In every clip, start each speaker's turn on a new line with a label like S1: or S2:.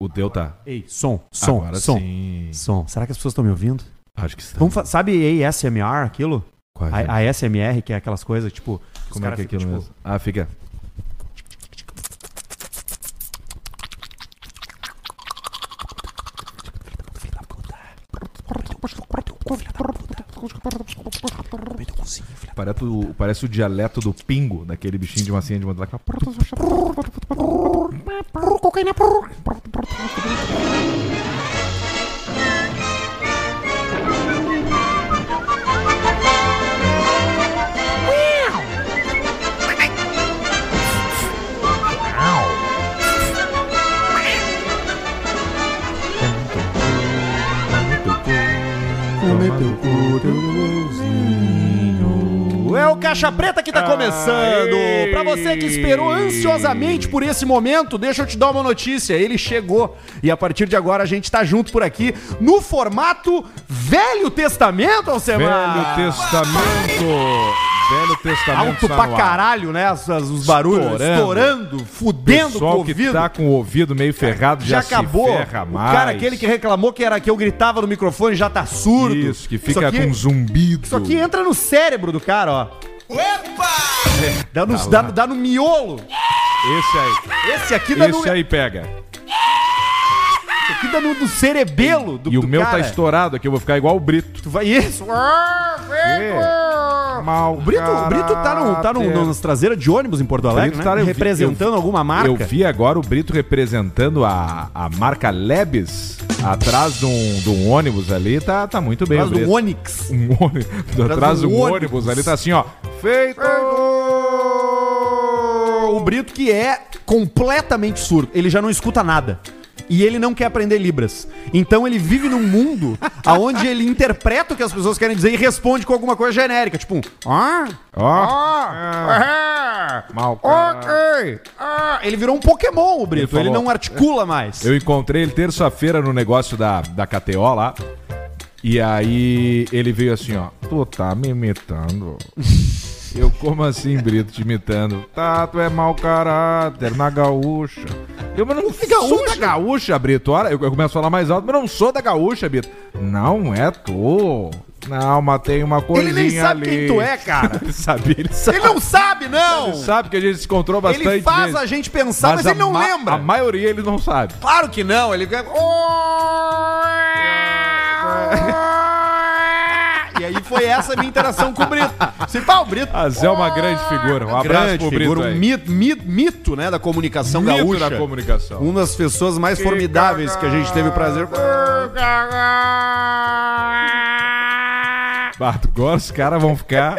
S1: O teu tá. Ei, som, som,
S2: É, Agora
S1: som.
S2: sim.
S1: Som. Será que as pessoas estão me ouvindo?
S2: Acho que está.
S1: Vamos fa- sabe ASMR, aquilo?
S2: Quase.
S1: A, a ASMR, que é aquelas coisas, tipo. que os
S2: Como é
S1: cara
S2: que é
S1: fica,
S2: aquilo
S1: tipo,
S2: mesmo? Ah, fica. Parece o, parece o dialeto do pingo, daquele bichinho de massinha de mandalaca.
S1: É o Caixa Preta que tá começando! Pra você que esperou ansiosamente por esse momento, deixa eu te dar uma notícia. Ele chegou e a partir de agora a gente tá junto por aqui no formato Velho Testamento,
S2: Velho
S1: Alcemar!
S2: Testamento! Velho Testamento.
S1: Alto
S2: está
S1: pra
S2: no ar.
S1: caralho, né? As- as- os barulhos
S2: Estourando.
S1: estourando, fudendo com o
S2: Pessoal que
S1: ouvido.
S2: tá com o ouvido meio ferrado
S1: já,
S2: já,
S1: acabou.
S2: Se ferra
S1: o
S2: mais.
S1: cara, aquele que reclamou que era que eu gritava no microfone, já tá surdo.
S2: Isso, que fica
S1: aqui-
S2: com um zumbido.
S1: Isso aqui entra no cérebro do cara, ó. Dá no,
S2: Tá
S1: dá,
S2: lá.
S1: dá no miolo.
S2: Esse aí.
S1: Esse aqui dá, no,
S2: Esse aí pega.
S1: esse aqui dá no, no cerebelo do
S2: E o
S1: do
S2: meu
S1: cara.
S2: tá estourado aqui, eu vou ficar igual o Brito.
S1: Tu vai isso. Ah, vento!
S2: Mal.
S1: O Brito, o Brito tá, no, tá no, nas traseiras de ônibus em Porto Alegre,
S2: Brito
S1: né?
S2: tá- eu vi-
S1: representando
S2: eu-
S1: alguma marca.
S2: Eu vi agora o Brito representando a, a marca Lebes atrás de um, de um ônibus ali. Tá, tá muito bem,
S1: Atrás
S2: o
S1: do
S2: Brito.
S1: Onix.
S2: um ônibus. Atrás de um ônibus ali tá assim, ó. Feito!
S1: O Brito que é completamente surdo, ele já não escuta nada. E ele não quer aprender Libras. Então ele vive num mundo aonde ele interpreta o que as pessoas querem dizer e responde com alguma coisa genérica, tipo um. Ah,
S2: Ó.
S1: ah, ah,
S2: Mal.
S1: ok, ah." Ele virou um Pokémon, o Brito.
S2: Ele
S1: Ele
S2: falou-
S1: não articula mais.
S2: Eu encontrei ele terça-feira no negócio da, da KTO lá. E aí ele veio assim, ó. Tu tá me imitando. Eu, como assim, Brito, te imitando? Tá, tu é mau caráter, na gaúcha. Eu, mas não
S1: É
S2: sou da gaúcha, Brito. Olha, eu, eu começo a falar mais alto, mas eu não sou da gaúcha, Brito. Não é tu. Não, mas tem uma coisinha
S1: Ele nem sabe
S2: ali.
S1: quem tu é, cara.
S2: Ele sabe, ele sabe.
S1: Ele não sabe, não!
S2: Ele sabe que a gente se encontrou bastante
S1: Ele faz
S2: vezes.
S1: a gente pensar, mas,
S2: a
S1: ele não
S2: ma-
S1: lembra.
S2: A maioria ele não sabe.
S1: Claro que não, ele quer. E aí foi essa a minha interação com o Brito. Se pá, o Brito.
S2: A Zé é uma grande figura. Um abraço
S1: grande
S2: pro Brito
S1: figura, um
S2: aí.
S1: mito, mito, mito, né, da comunicação
S2: Mito
S1: gaúcha.
S2: da comunicação. Um
S1: Uma das pessoas mais formidáveis que a gente teve o prazer.
S2: Bah, tu gosta? os caras vão ficar...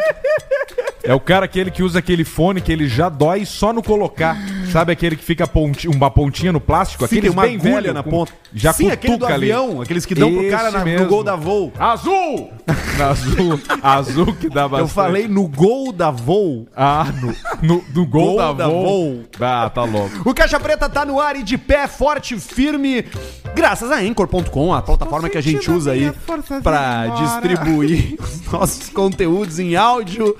S2: É o cara aquele que usa aquele fone que ele já dói só no colocar. Sabe aquele que fica ponti- uma pontinha no plástico?
S1: Sim,
S2: Aquele
S1: tem uma agulha na ponta.
S2: Já
S1: Sim,
S2: cutuca
S1: aquele do
S2: ali.
S1: avião, aqueles que dão pro cara
S2: Esse
S1: na- no
S2: mesmo.
S1: gol da Voo.
S2: Azul! azul, azul que dá bastante.
S1: Eu falei no gol da Voo.
S2: Ah, no, no, no gol,
S1: Gol
S2: da,
S1: da
S2: Vol.
S1: Vol.
S2: Ah, tá louco.
S1: O Caixa Preta tá no ar e de pé, forte, firme, graças a Anchor.com, a plataforma que a gente usa aí pra distribuir os nossos conteúdos em áudio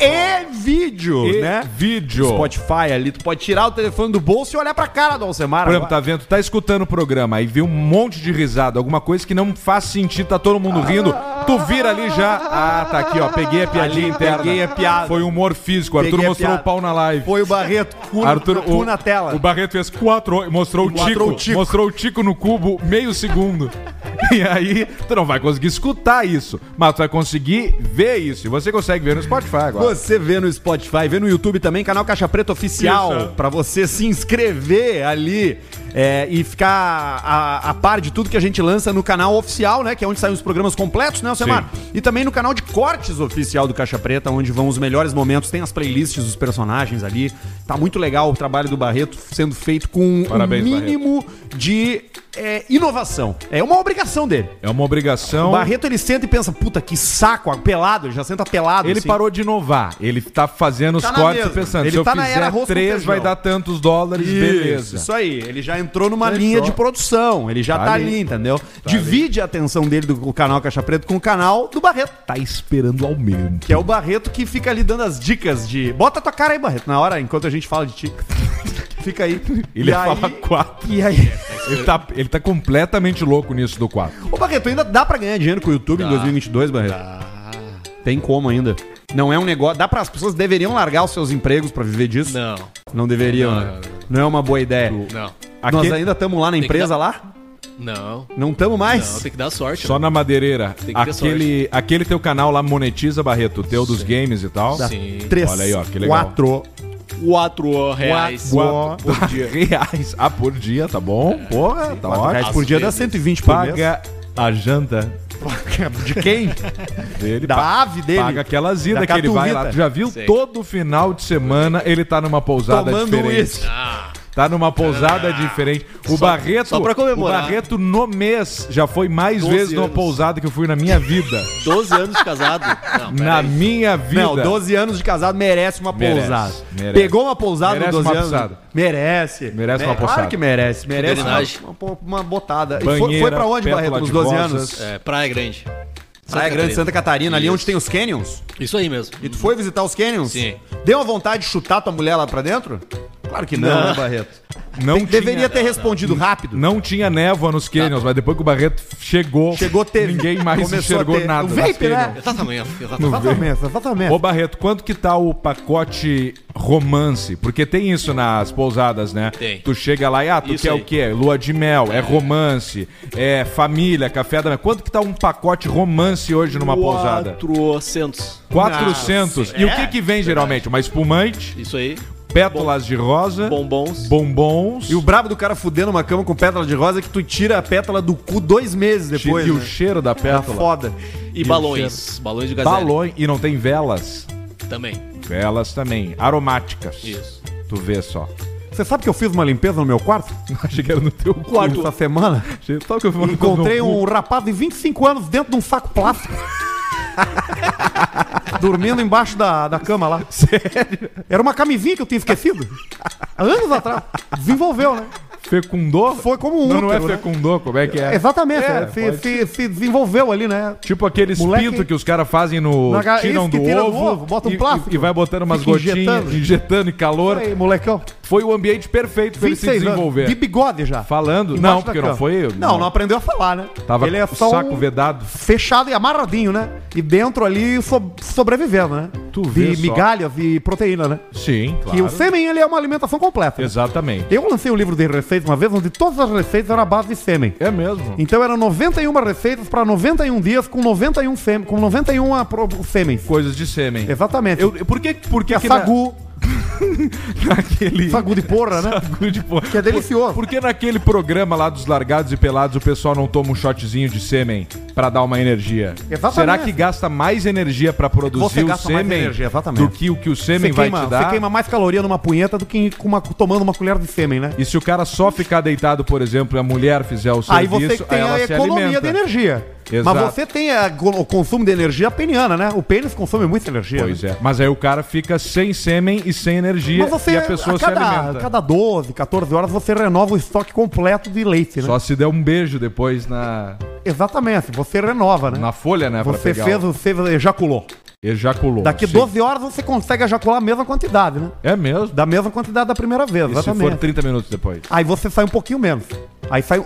S1: e vídeo,
S2: E
S1: né?
S2: Vídeo.
S1: Spotify ali, tu pode tirar o telefone do bolso e olhar pra cara do Alcemar.
S2: Por
S1: agora.
S2: exemplo, tá vendo, tu tá escutando o programa aí vê um monte de risada, alguma coisa que não faz sentido, tá todo mundo rindo, tu vira ali já. Ah, tá aqui, ó. Peguei a piadinha
S1: Ali,
S2: interna.
S1: peguei a piada.
S2: Foi humor físico. O Arthur
S1: Peguei a
S2: mostrou o
S1: piada.
S2: pau na live.
S1: Foi o Barreto, cu,
S2: Arthur,
S1: cu na tela.
S2: O Barreto fez quatro, oi- mostrou o,
S1: Mostrou
S2: tico,
S1: o tico.
S2: mostrou o tico no cubo meio segundo. E aí, tu não vai conseguir escutar isso, mas tu vai conseguir ver isso. E você consegue ver no Spotify agora.
S1: Você vê no Spotify, vê no YouTube também, canal Caixa Preta
S2: Isso.
S1: Oficial, pra você se inscrever ali é, e ficar a, a par de tudo que a gente lança no canal oficial, né? Que é onde saem os programas completos, né, Alcemar? E também no canal de cortes oficial do Caixa Preta, onde vão os melhores momentos, tem as playlists dos personagens ali. Tá muito legal o trabalho do Barreto sendo feito com
S2: Parabéns,
S1: um mínimo de é, inovação. É uma obrigação dele.
S2: É uma obrigação.
S1: O Barreto ele senta e pensa, puta, que saco, pelado, ele já senta pelado.
S2: Ele
S1: assim.
S2: parou de inovar. Ele tá fazendo os
S1: Tá na
S2: cortes e
S1: mesma.
S2: pensando,
S1: Ele
S2: se eu
S1: tá na era
S2: fizer
S1: arroz com
S2: três,
S1: feijão.
S2: vai dar tantos dólares,
S1: Isso,
S2: beleza.
S1: Isso aí, ele já entrou numa
S2: Fechou.
S1: linha de produção, ele já tá,
S2: Tá
S1: ali,
S2: ali.
S1: entendeu? Divide a atenção dele do do canal Caixa Preto com o canal do Barreto,
S2: Tá esperando aumento.
S1: que é o Barreto que fica ali dando as dicas de. Bota tua cara aí, Barreto, na hora, enquanto a gente fala de ti. Fica aí. E
S2: Ele ia
S1: aí-
S2: falar quatro.
S1: E aí.
S2: Ele tá, ele tá completamente louco nisso do 4.
S1: Ô, Barreto, ainda dá pra ganhar dinheiro com o YouTube em 2022, Barreto? Tem como ainda. Não é um negócio. Dá para as pessoas deveriam largar os seus empregos pra viver disso?
S3: Não,
S1: Não deveriam.
S3: Não,
S1: né?
S3: não,
S1: Não, é uma boa ideia.
S3: não,
S1: Nós
S2: Aquele-
S1: ainda estamos lá na
S3: que
S1: empresa
S3: dar-
S1: lá?
S3: não.
S1: Não estamos mais?
S3: Não, tem que dar sorte.
S2: Só
S3: né?
S2: na madeireira.
S3: Tem que ter
S2: Aquele, aquele teu canal lá monetiza, Barreto, o teu dos games e tal.
S3: Dá.
S2: Sim.
S3: né? Sim.
S1: Três,
S2: Olha aí, ó, que legal. Tá
S1: quatro,
S3: 4 reais.
S2: Quatro por dia. reais. Ah, por dia, tá bom? Porra, tá
S1: quatro reais
S2: ótimo.
S1: por dia dá
S3: vezes.
S1: 120 por mês.
S2: Paga a janta
S1: De quem?
S2: dele.
S1: da ave dele.
S2: Paga aquelas
S1: Da
S2: idas que ele vai lá.
S1: catuvita.
S2: Tu já viu?
S3: Sei.
S2: Todo final de semana ele tá numa pousada
S1: Tomando
S2: diferente.
S1: uísque.
S3: Ah,
S2: Tá numa pousada diferente. O Barreto.
S3: só pra comemorar.
S2: O Barreto no mês já foi mais
S3: 12
S2: vezes numa
S3: anos.
S2: pousada que eu fui na minha vida.
S3: 12 anos de casado. Não, pera
S2: na
S3: aí.
S2: minha vida.
S1: Não, 12 anos de casado merece uma
S2: Merece,
S1: pousada.
S2: merece.
S1: Pegou uma pousada
S2: Merece
S1: nos 12
S2: uma
S1: anos?
S2: pousada.
S1: Merece.
S2: Merece uma
S1: Mere-
S2: pousada.
S1: Claro que merece. Merece uma,
S3: Drenagem.
S1: uma, po- uma botada. E
S2: Banheira,
S1: foi, foi pra onde,
S2: pérola
S1: Barreto, nos
S2: de
S1: 12
S2: rosas.
S1: anos?
S3: É, Praia Grande.
S1: Praia Grande, Santa Catarina, ali
S3: Isso.
S1: onde tem os canyons.
S3: Isso aí mesmo.
S1: E tu foi visitar os canyons?
S3: Sim.
S1: Deu a vontade de chutar tua mulher lá pra dentro? Claro que não,
S3: Não.
S1: né, Barreto?
S2: Não
S1: Tem- deveria ter respondido rápido.
S2: Não tinha névoa nos Canyons, mas depois que o Barreto chegou,
S1: Chegou, teve.
S2: ninguém mais
S1: Começou a
S2: enxergou
S1: ter.
S2: nada.
S1: O
S2: nas
S1: vape, né?
S2: Canyons.
S3: Exatamente.
S2: No-
S3: exatamente.
S1: Exatamente, exatamente.
S2: Ô Barreto, quanto que tá o pacote romance? Porque tem isso nas pousadas, né?
S3: Tem.
S2: Tu chega lá e ah, tu
S3: Isso
S2: quer
S3: aí.
S2: o quê? Lua de mel, é. romance, é família, café da manhã. Quanto que tá um pacote romance hoje numa pousada?
S3: 400.
S2: 400. e o que
S1: é?
S2: que vem geralmente? Uma espumante,
S3: Isso aí.
S2: pétalas de rosa,
S3: Bombons.
S2: bombons
S1: E o brabo do cara fudendo uma cama com pétala de rosa é que tu tira a pétala do cu dois meses depois.
S2: e
S1: né?
S2: o cheiro da
S1: Tá
S2: pétala.
S1: foda.
S3: E balões. Balões de gazela.
S2: Balões e não tem velas.
S3: Também.
S2: Velas também, aromáticas.
S3: Isso.
S2: Tu vê só.
S1: Você sabe que eu fiz uma limpeza no meu quarto?
S2: Achei que era no teu quarto.
S1: Essa semana?
S2: Sabe que eu
S1: Encontrei um rapaz de 25 anos dentro de um saco plástico. Dormindo embaixo da, da cama lá.
S2: Sério?
S1: Era uma camisinha que eu tinha esquecido. Há anos atrás. Desenvolveu, né?
S2: Fecundou?
S1: Foi como um
S2: Não, não é
S1: útero, né?
S2: fecundou, como é que é?
S1: Exatamente.
S2: É,
S1: né? se,
S2: pode
S1: se, se desenvolveu ali, né?
S2: Tipo aqueles
S1: Moleque-
S2: pintos que os caras fazem no.
S1: Na ga-
S2: tiram
S1: isso que
S2: do
S1: tira do
S2: ovo,
S1: ovo, bota um
S2: e-
S1: plástico.
S2: E, e vai botando umas
S1: Fica
S2: gotinhas,
S1: injetando.
S2: injetando, e calor.
S1: Aí, molecão.
S2: Foi o ambiente perfeito pra ele se
S1: 26
S2: desenvolver.
S1: anos. De bigode já.
S2: Falando?
S1: Embaixo
S2: não,
S1: da
S2: porque não
S1: cama.
S2: foi.
S1: Não, não aprendeu a falar, né?
S2: Tava
S1: Ele é
S2: com
S1: só
S2: o saco
S1: um
S2: vedado.
S1: fechado e amarradinho, né? E dentro ali so- sobrevivendo, né?
S2: Tu vê
S1: de
S2: só.
S1: migalha, de proteína, né?
S2: Sim, claro.
S1: Que o sêmen, ele é uma alimentação completa. né?
S2: Exatamente.
S1: Eu lancei um livro de receitas uma vez, onde todas as receitas eram à base de sêmen.
S2: É mesmo.
S1: Então eram 91 receitas para 91 dias com 91 sêmen, com 91 a- pro- sêmens.
S2: Coisas de sêmen.
S1: É Exatamente.
S2: Eu, por que, por que,
S1: a
S2: que na-
S1: sagu,
S2: naquele...
S1: sagu de porra, né?
S2: Sagu de porra.
S1: Que é delicioso.
S2: Por que naquele programa lá dos largados e pelados o pessoal não toma um shotzinho de sêmen pra dar uma energia?
S1: Exatamente.
S2: Será que gasta mais energia pra
S1: Você
S2: produzir o
S1: gasta mais
S2: sêmen
S1: energia, exatamente.
S2: do que o que o sêmen
S1: Você
S2: vai
S1: queima,
S2: te
S1: você
S2: dar?
S1: queima mais caloria numa punheta do que com uma- tomando uma colher de sêmen, né?
S2: E se o cara só ficar deitado, por exemplo, e a mulher fizer o
S1: Aí
S2: serviço,
S1: você que tem
S2: ela
S1: a
S2: se
S1: economia
S2: alimenta.
S1: de energia.
S2: Exato.
S1: Mas você tem a go- o consumo de energia peniana, né? O pênis consome muita energia. né?
S2: Pois é. Mas aí o cara fica sem sêmen e sem energia
S1: Mas você,
S2: e a pessoa se
S1: cada,
S2: alimenta.
S1: cada 12, 14 horas, você renova o estoque completo de leite, né?
S2: Só se der um beijo depois na,
S1: Exatamente, você renova, né?
S2: na folha, né? pra
S1: você
S2: pegar
S1: fez,
S2: o-
S1: o- você ejaculou.
S2: Ejaculou.
S1: Daqui
S2: sim.
S1: 12 horas você consegue ejacular a mesma quantidade, né?
S2: É mesmo?
S1: Da mesma quantidade da primeira vez,
S2: E Se
S1: exatamente.
S2: for 30 minutos depois.
S1: Aí você sai um pouquinho menos. Aí sai um,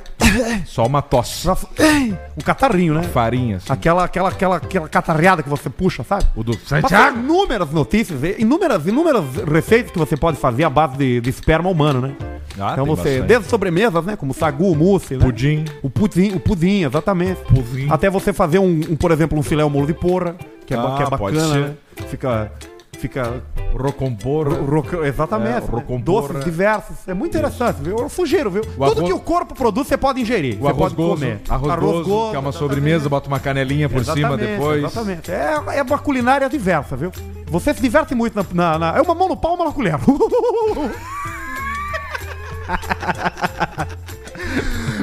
S2: Só uma tosse.
S1: já- um catarrinho, né?
S2: Farinha, assim.
S1: Aquela, aquela, aquela, aquela catarreada que você puxa, sabe?
S2: O do
S1: Mas
S2: Santiago.
S1: tem inúmeras notícias, inúmeras, inúmeras receitas que você pode fazer à base de, de esperma humano, né?
S2: Ah,
S1: então
S2: tem
S1: você,
S2: bastante.
S1: desde sobremesas, né? Como sagu, mousse, né?
S2: Pudim.
S1: O pudim, o pudim, exatamente.
S2: Pudim.
S1: Até você fazer um, um, por exemplo, um filé ao molho de porra, que é, ba-
S2: Ah,
S1: que é
S2: pode
S1: bacana,
S2: ser.
S1: né? Fica, fica
S2: Rocompor.
S1: Ro- exatamente.
S2: É,
S1: né?
S2: rocambole,
S1: Doces
S2: né?
S1: diversos. É muito interessante, viu? Eu sugiro, viu? Tudo
S2: arroz-
S1: que o corpo produz, você pode ingerir.
S2: O
S1: você
S2: arroz
S1: pode
S2: gozo.
S1: comer.
S2: Arroz, gozo, que é uma
S1: exatamente.
S2: sobremesa, bota uma canelinha por cima
S1: Exatamente,
S2: depois.
S1: Exatamente. É, é uma culinária diversa, viu? Você se diverte muito na. na- na- É uma mão no pau, uma na colher.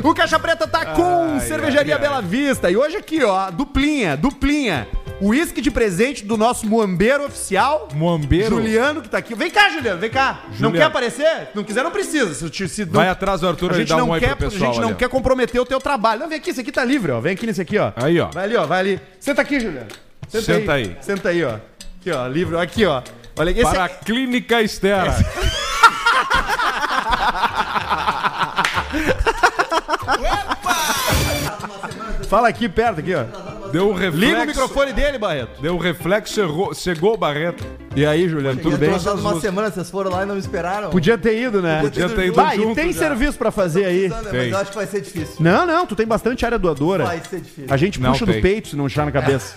S1: O Caixa Preta tá com Cervejaria Bela Vista. E hoje aqui, ó, duplinha, duplinha. Uísque de presente do nosso muambeiro oficial.
S2: Muambeiro?
S1: Juliano que tá aqui. Vem cá, Juliano, vem cá. Não
S2: Juliano.
S1: quer aparecer? Não quiser, não precisa. Se, te- se não-
S2: Vai atrás do Arthur
S1: a
S2: e
S1: gente
S2: dá
S1: não
S2: um oi
S1: quer,
S2: pro pessoal.
S1: A gente não
S2: ali, ó.
S1: quer comprometer o teu trabalho. Não, vem aqui, esse aqui tá livre, ó. Vem aqui nesse aqui, ó.
S2: Aí, ó.
S1: Vai ali, ó, vai ali. Senta aqui, Juliano.
S2: Senta aí.
S1: Senta aí, ó. Aqui, ó, livre. Aqui, ó. Olha, esse
S2: Para a
S1: aqui-
S2: Clínica Estera.
S1: é- Fala aqui perto, aqui, ó.
S2: Deu um reflexo.
S1: Liga o microfone dele, Barreto.
S2: Deu um reflexo, cegou, cegou o Barreto.
S1: E aí, Juliano, tudo
S4: Eu
S1: bem?
S4: tô atrasado uma semana, vocês foram lá e não me esperaram.
S1: Podia ter ido, Tá né?
S4: Podia
S2: ter ido
S1: Bah, e
S2: junto
S1: tem
S2: já.
S1: serviço pra fazer aí.
S4: Mas
S2: Tem.
S4: eu acho que vai ser difícil.
S1: Não, não, tu tem bastante área doadora.
S4: Vai ser difícil.
S1: A gente
S2: Não
S1: puxa do
S2: tem.
S1: peito se não puxar na cabeça.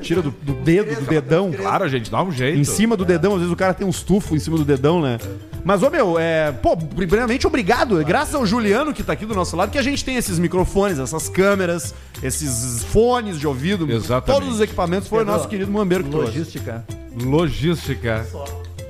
S1: Tira do, do dedo, do dedão.
S2: Claro, gente, dá um jeito.
S1: Em cima do dedão, às vezes o cara tem uns tufos em cima do dedão, né? Mas, ô meu, é. Pô, primeiramente, obrigado. É Graças ao Juliano que tá aqui do nosso lado, que a gente tem esses microfones, essas câmeras, esses fones de ouvido.
S2: Exatamente.
S1: Todos os equipamentos foi o
S4: Pedro,
S1: nosso querido Mambeiro que trouxe.
S4: Logística.
S2: Logística.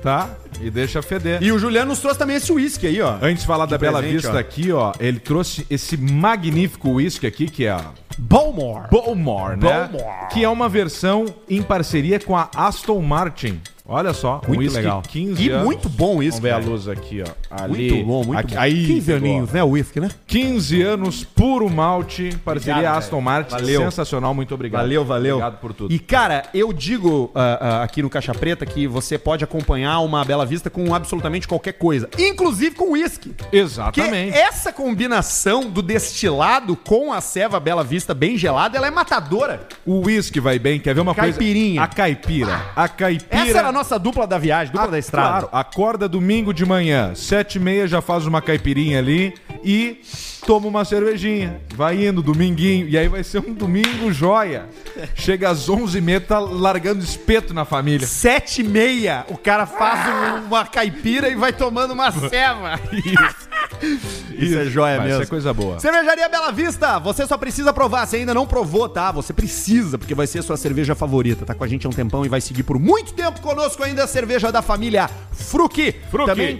S2: Tá? E deixa feder.
S1: E o Juliano nos trouxe também esse uísque aí, ó.
S2: Antes de falar da Bela
S1: presente,
S2: Vista
S1: ó.
S2: aqui, ó, ele trouxe esse magnífico uísque aqui, que é a
S1: Balmore.
S2: Bowmore, né?
S1: Bowmore.
S2: Que é uma versão em parceria com a Aston Martin. Olha só, um
S1: Muito
S2: uísque
S1: legal.
S2: 15
S1: E
S2: anos.
S1: muito bom isso,
S2: Vamos ver a
S1: cara.
S2: luz aqui, ó. Ali.
S1: Muito bom, muito
S2: aqui,
S1: bom.
S2: Aí,
S1: 15
S2: pegou.
S1: aninhos, né? O uísque, né?
S2: 15 anos, puro malte, parceria
S1: Obrigado,
S2: Aston Martin.
S1: Valeu.
S2: Sensacional, muito obrigado.
S1: Valeu, valeu.
S2: Obrigado por tudo.
S1: E, cara, eu digo ah, ah, aqui no Caixa Preta que você pode acompanhar uma Bela Vista com absolutamente qualquer coisa, inclusive com uísque. Porque
S2: Exatamente.
S1: essa combinação do destilado com a ceva Bela Vista bem gelada, ela é matadora.
S2: O uísque vai bem. Quer ver uma
S1: Caipirinha.
S2: coisa? A caipira. A caipira.
S1: Essa era a nossa dupla da viagem, dupla
S2: Ah,
S1: da estrada.
S2: Claro, acorda domingo de manhã, sete e meia já faz uma caipirinha ali e toma uma cervejinha. Vai indo, dominguinho, e aí vai ser um domingo joia. Chega às onze e meia, tá largando espeto na família.
S1: Sete e meia, o cara faz um- uma caipira e vai tomando uma ceva. Isso. Isso é joia
S2: Mas
S1: mesmo.
S2: Isso é coisa boa.
S1: Cervejaria Bela Vista, você só precisa provar, se ainda não provou, tá? Você precisa, porque vai ser sua cerveja favorita. Tá com a gente há um tempão e vai seguir por muito tempo conosco ainda a cerveja da família Fruki.
S2: Fruc.
S1: Também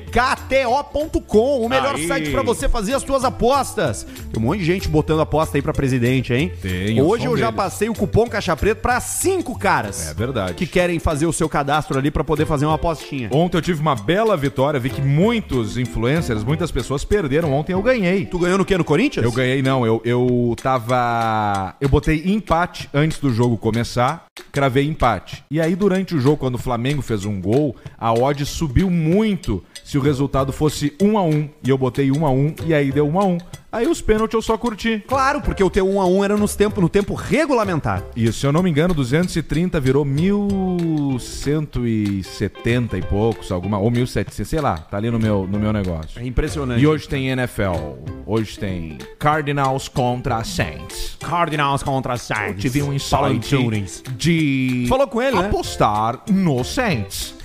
S1: KTO.com, o melhor
S2: Aí.
S1: site pra você fazer as suas apostas. Tem um monte de gente botando aposta aí pra presidente, hein?
S2: Tem, eu
S1: Hoje eu
S2: sou um
S1: já
S2: deles.
S1: passei o cupom Caixa Preto pra cinco caras.
S2: É verdade.
S1: Que querem fazer o seu cadastro ali pra poder fazer uma apostinha.
S2: Ontem eu tive uma bela vitória, vi que muitos influencers, muitas pessoas perderam. Ontem eu ganhei.
S1: Tu ganhou no quê? No Corinthians?
S2: Eu ganhei, não. Eu, eu tava. Eu botei empate antes do jogo começar, cravei empate. E aí, durante o jogo, quando o Flamengo fez um gol, a odd subiu muito se o resultado fosse 1 a 1 E eu botei 1 a 1 e aí deu 1 a 1 Aí os pênaltis eu só curti.
S1: Claro, porque o teu 1 a 1 era nos tempo, no tempo regulamentar.
S2: E se eu não me engano, 230 virou 1170 e poucos, alguma, ou 1700, sei lá, tá ali no meu, no meu negócio.
S1: É impressionante.
S2: E hoje tem NFL, hoje tem Cardinals contra Saints.
S1: Cardinals contra Saints.
S2: tive um insight
S1: Tunes.
S2: de
S1: Falou com ele, né?
S2: apostar no Saints.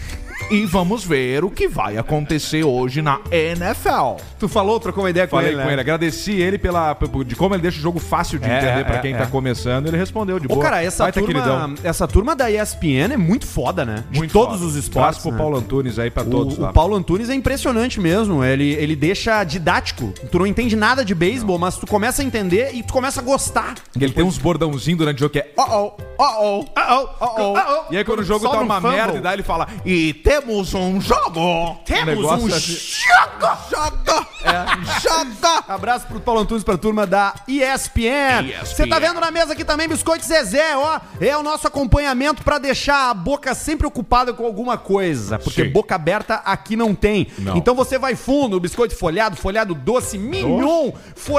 S2: E vamos ver o que vai acontecer hoje na NFL.
S1: Tu falou, trocou uma ideia com
S2: Falei
S1: ele,
S2: com
S1: né?
S2: ele, agradeci ele pela por- de como ele deixa o jogo fácil de
S1: É,
S2: entender pra
S1: é,
S2: quem
S1: é.
S2: tá começando. Ele respondeu de
S1: Ô,
S2: boa.
S1: cara, essa
S2: Baita queridão.
S1: turma, essa turma da ESPN é muito foda, né? De
S2: Muito
S1: todos
S2: foda.
S1: os
S2: Traz
S1: esportes.
S2: pro
S1: né?
S2: Paulo Antunes aí pra
S1: O-
S2: todos
S1: o,
S2: lá.
S1: Paulo Antunes é impressionante mesmo. Ele, ele deixa didático. Tu não entende nada de beisebol, mas tu começa a entender e tu começa a gostar.
S2: Ele tem uns bordãozinhos durante o jogo que é oh oh, oh oh,
S1: Oh, oh,
S2: oh oh. E aí quando o jogo tá uma merda, e daí ele fala E temos um jogo!
S1: Temos um
S2: negócio assim.
S1: jogo!
S2: Joga! Joga!
S1: Abraço pro Paulo Antunes, pra turma da ESPN.
S2: ESPN.
S1: Você tá vendo na mesa aqui também Biscoito Zezé, ó. É o nosso acompanhamento pra deixar a boca sempre ocupada com alguma coisa. Porque
S2: Sim.
S1: boca aberta aqui não tem.
S2: Não.
S1: Então você vai fundo, biscoito folhado, folhado doce, mignon,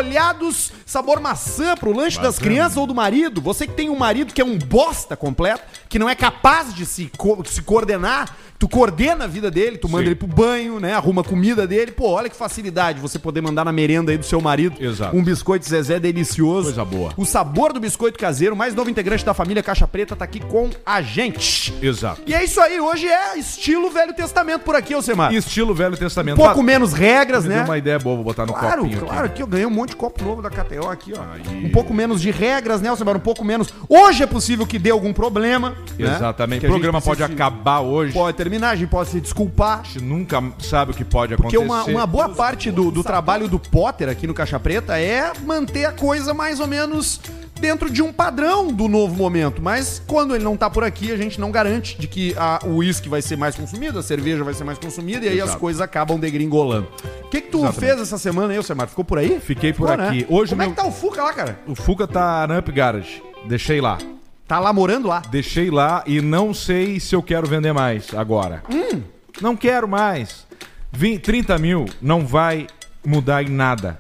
S1: folhados, sabor maçã pro lanche das crianças ou do marido. Você que tem um marido que é um bosta completo, que não é capaz de se, co- se coordenar, tu coordena a vida dele, tu manda
S2: Sim.
S1: ele pro banho, né? Arruma a comida dele. Pô, olha que facilidade você poder mandar na merenda aí do seu marido
S2: Exato.
S1: um biscoito Zezé delicioso.
S2: Coisa boa.
S1: O sabor do biscoito caseiro, mais novo integrante da família Caixa Preta, tá aqui com a gente.
S2: Exato.
S1: E é isso aí, hoje é estilo Velho Testamento por aqui, Alcemar.
S2: Estilo Velho Testamento. Tá,
S1: Um pouco menos regras,
S2: Me deu
S1: né?
S2: é uma ideia boa, vou botar no
S1: Claro,
S2: copinho
S1: claro,
S2: aqui.
S1: aqui eu ganhei um monte de copo novo da KTO aqui, ó.
S2: Aí.
S1: Um pouco menos de regras, né, Alcemar? Um pouco menos. Hoje é possível que dê algum problema. né?
S2: Exatamente.
S1: Que
S2: O
S1: a gente
S2: programa pode
S1: precisa se-
S2: acabar hoje.
S1: Pode terminar, a gente pode se desculpar.
S2: A gente nunca sabe o que pode
S1: Porque
S2: acontecer.
S1: uma, uma boa parte do, do trabalho do Potter aqui no Caixa Preta é manter a coisa mais ou menos dentro de um padrão do novo momento. Mas quando ele não tá por aqui, a gente não garante de que a- o uísque vai ser mais consumido, a cerveja vai ser mais consumida e aí as
S2: Exato.
S1: coisas acabam degringolando. O que, que tu
S2: Exatamente.
S1: fez essa semana aí, ô, Semar? Ficou por aí?
S2: Fiquei por
S1: Ficou, né?
S2: aqui. Hoje
S1: Como é
S2: meu-
S1: que tá o Fuca lá, cara?
S2: O Fuga tá na Up Garage. Deixei lá.
S1: Tá lá morando lá?
S2: Deixei lá e não sei se eu quero vender mais agora.
S1: Hum.
S2: Não quero mais. Vim- 30 mil não vai mudar em nada.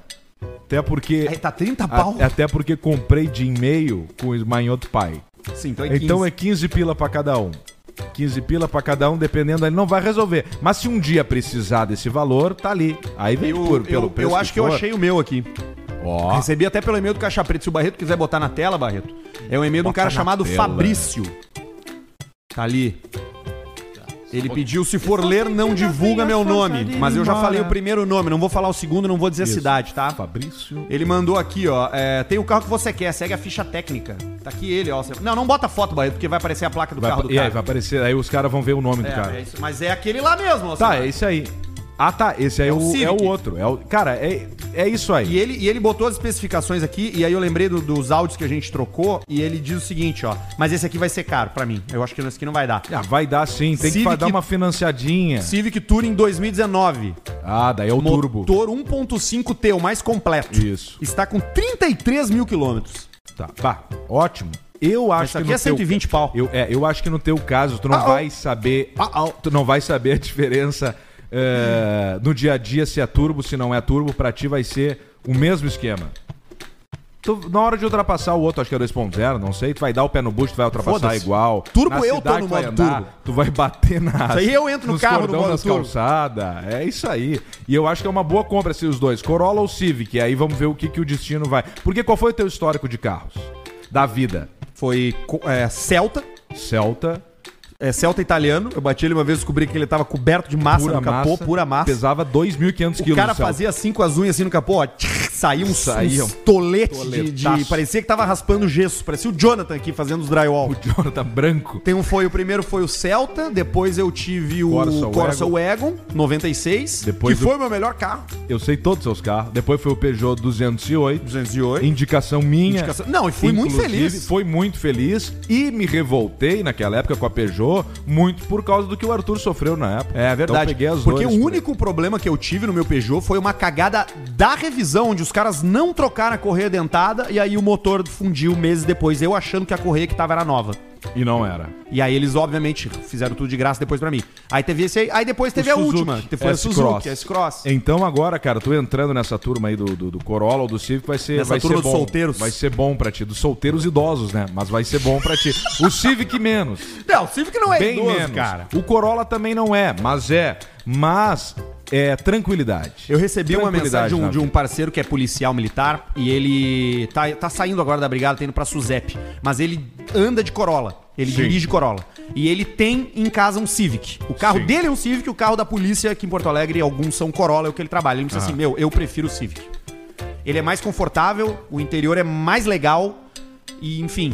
S2: Até porque.
S1: Aí tá 30
S2: a-
S1: pau.
S2: até porque comprei de e-mail com o Esmanhoto Pai.
S1: Sim, então
S2: Então é 15 pila pra cada um. 15 pila pra cada um, dependendo, ele não vai resolver. Mas se um dia precisar desse valor, tá ali. Aí vem
S1: Eu,
S2: por, pelo
S1: eu,
S2: preço.
S1: eu acho que eu
S2: for.
S1: achei o meu aqui.
S2: Ó,
S1: Recebi até pelo e-mail do Caixa Preto. Se o Barreto quiser botar na tela, Barreto. É um e-mail de um
S2: Bota
S1: cara
S2: na
S1: chamado
S2: tela.
S1: Fabrício. Tá ali. Ele pediu, se for ler, não divulga meu nome. Mas eu já falei o primeiro nome, não vou falar o segundo, não vou dizer a
S2: Isso.
S1: cidade, tá?
S2: Fabrício.
S1: Ele mandou aqui, ó. é, tem o carro que você quer, segue a ficha técnica. Tá aqui ele, ó. Você- Não, não bota foto, Barreto, porque vai aparecer a placa do
S2: Vai,
S1: carro do
S2: e aí,
S1: cara.
S2: vai aparecer, aí os caras vão ver o nome do cara.
S1: É, é isso. Mas é aquele lá mesmo, ó.
S2: Tá,
S1: Samara.
S2: é isso aí. Ah, tá. Esse aí é,
S1: o
S2: o,
S1: Civic.
S2: é o outro. É o, cara, é, é isso aí.
S1: E ele, e ele botou as especificações aqui, e aí eu lembrei do- dos áudios que a gente trocou, e ele diz o seguinte, ó. Mas esse aqui vai ser caro pra mim. Eu acho que esse aqui não vai dar.
S2: Ah, vai dar sim, tem que
S1: Civic-
S2: fa- dar uma financiadinha.
S1: Civic Touring 2019.
S2: Ah, daí é o turbo.
S1: Motor 1.5T, o mais completo.
S2: Isso.
S1: Está com 33 mil quilômetros.
S2: Tá, pá, ótimo. Eu acho
S1: Isso
S2: que
S1: aqui
S2: no
S1: é 120 pau.
S2: Teu, eu, é, eu acho que no teu caso tu não
S1: Ah, oh.
S2: vai saber, ah, tu não vai saber a diferença é, no dia a dia se é turbo, se não é turbo, pra ti vai ser o mesmo esquema. Tu- na hora de ultrapassar o outro, acho que é 2.0, não sei, tu vai dar o pé no bucho, tu vai ultrapassar
S1: Foda-se.
S2: igual.
S1: Turbo
S2: Na
S1: eu tô
S2: cidade
S1: no
S2: tu vai
S1: modo turbo.
S2: Tu vai bater na
S1: Isso aí eu entro no
S2: nos
S1: carro no
S2: cordão
S1: modo
S2: das
S1: turbo.
S2: calçada. É isso aí. E eu acho que é uma boa compra esses dois, Corolla ou Civic. E aí vamos ver o que, que o destino vai. Porque qual foi o teu histórico de carros? Da vida.
S1: Foi co- é, Celta,
S2: Celta,
S1: é, Celta italiano. Eu bati ele uma vez, descobri que ele tava coberto de massa
S2: pura
S1: no capô,
S2: massa.
S1: pura massa.
S2: Pesava 2.500 quilos.
S1: O cara
S2: o Celta.
S1: fazia assim com as unhas assim no capô, ó, tch, saía um,
S2: Saía
S1: um
S2: um
S1: tolete de, de-
S2: toletaço.
S1: Parecia que tava raspando gesso. Parecia o Jonathan aqui fazendo os drywall.
S2: O Jonathan Branco.
S1: Tem um foi, o primeiro foi o Celta, depois eu tive o
S2: Corsa, o
S1: Corsa Wagon, 96,
S2: Depois
S1: que
S2: do-
S1: foi o meu melhor carro,
S2: Eu sei todos os seus carros. Depois foi o Peugeot 208.
S1: 208.
S2: Indicação minha.
S1: Indicação- Não, e fui muito
S2: Inclusive,
S1: feliz.
S2: Foi muito feliz e me revoltei naquela época com a Peugeot, muito por causa do que o Arthur sofreu na época.
S1: É verdade.
S2: Então, peguei as
S1: Porque
S2: dores
S1: o
S2: por
S1: único problema que eu tive no meu Peugeot foi uma cagada da revisão, onde os caras não trocaram a correia dentada e aí o motor fundiu meses depois, eu achando que a correia que tava era nova.
S2: E não era.
S1: E aí eles, obviamente, fizeram tudo de graça depois pra mim. Aí teve esse aí, aí depois teve a
S2: Suzuki
S1: última, que foi a
S2: S-Cross.
S1: Suzuki, a S-Cross.
S2: Então agora, cara, tu entrando nessa turma aí do, do, do Corolla ou do Civic, vai ser,
S1: Nessa
S2: vai
S1: turma
S2: ser
S1: dos
S2: bom.
S1: solteiros.
S2: Vai ser bom pra ti. Dos solteiros idosos, né? Mas vai ser bom pra ti. O Civic menos.
S1: Não, o Civic não é
S2: bem
S1: idoso,
S2: menos. O Corolla também não é, mas é. Mas é tranquilidade.
S1: Eu recebi uma mensagem de um,
S2: na
S1: de um
S2: vida.
S1: parceiro que é policial militar e ele tá, tá saindo agora da brigada, tá indo pra Suzep. Mas ele anda de Corolla. Ele
S2: Sim.
S1: dirige Corolla. E ele tem em casa um Civic. O carro
S2: Sim.
S1: dele é um Civic, o carro da polícia aqui em Porto Alegre, alguns são Corolla, é o que ele trabalha. Ele me
S2: Ah.
S1: disse assim: meu, eu prefiro o Civic. Ele é mais confortável, o interior é mais legal e, enfim.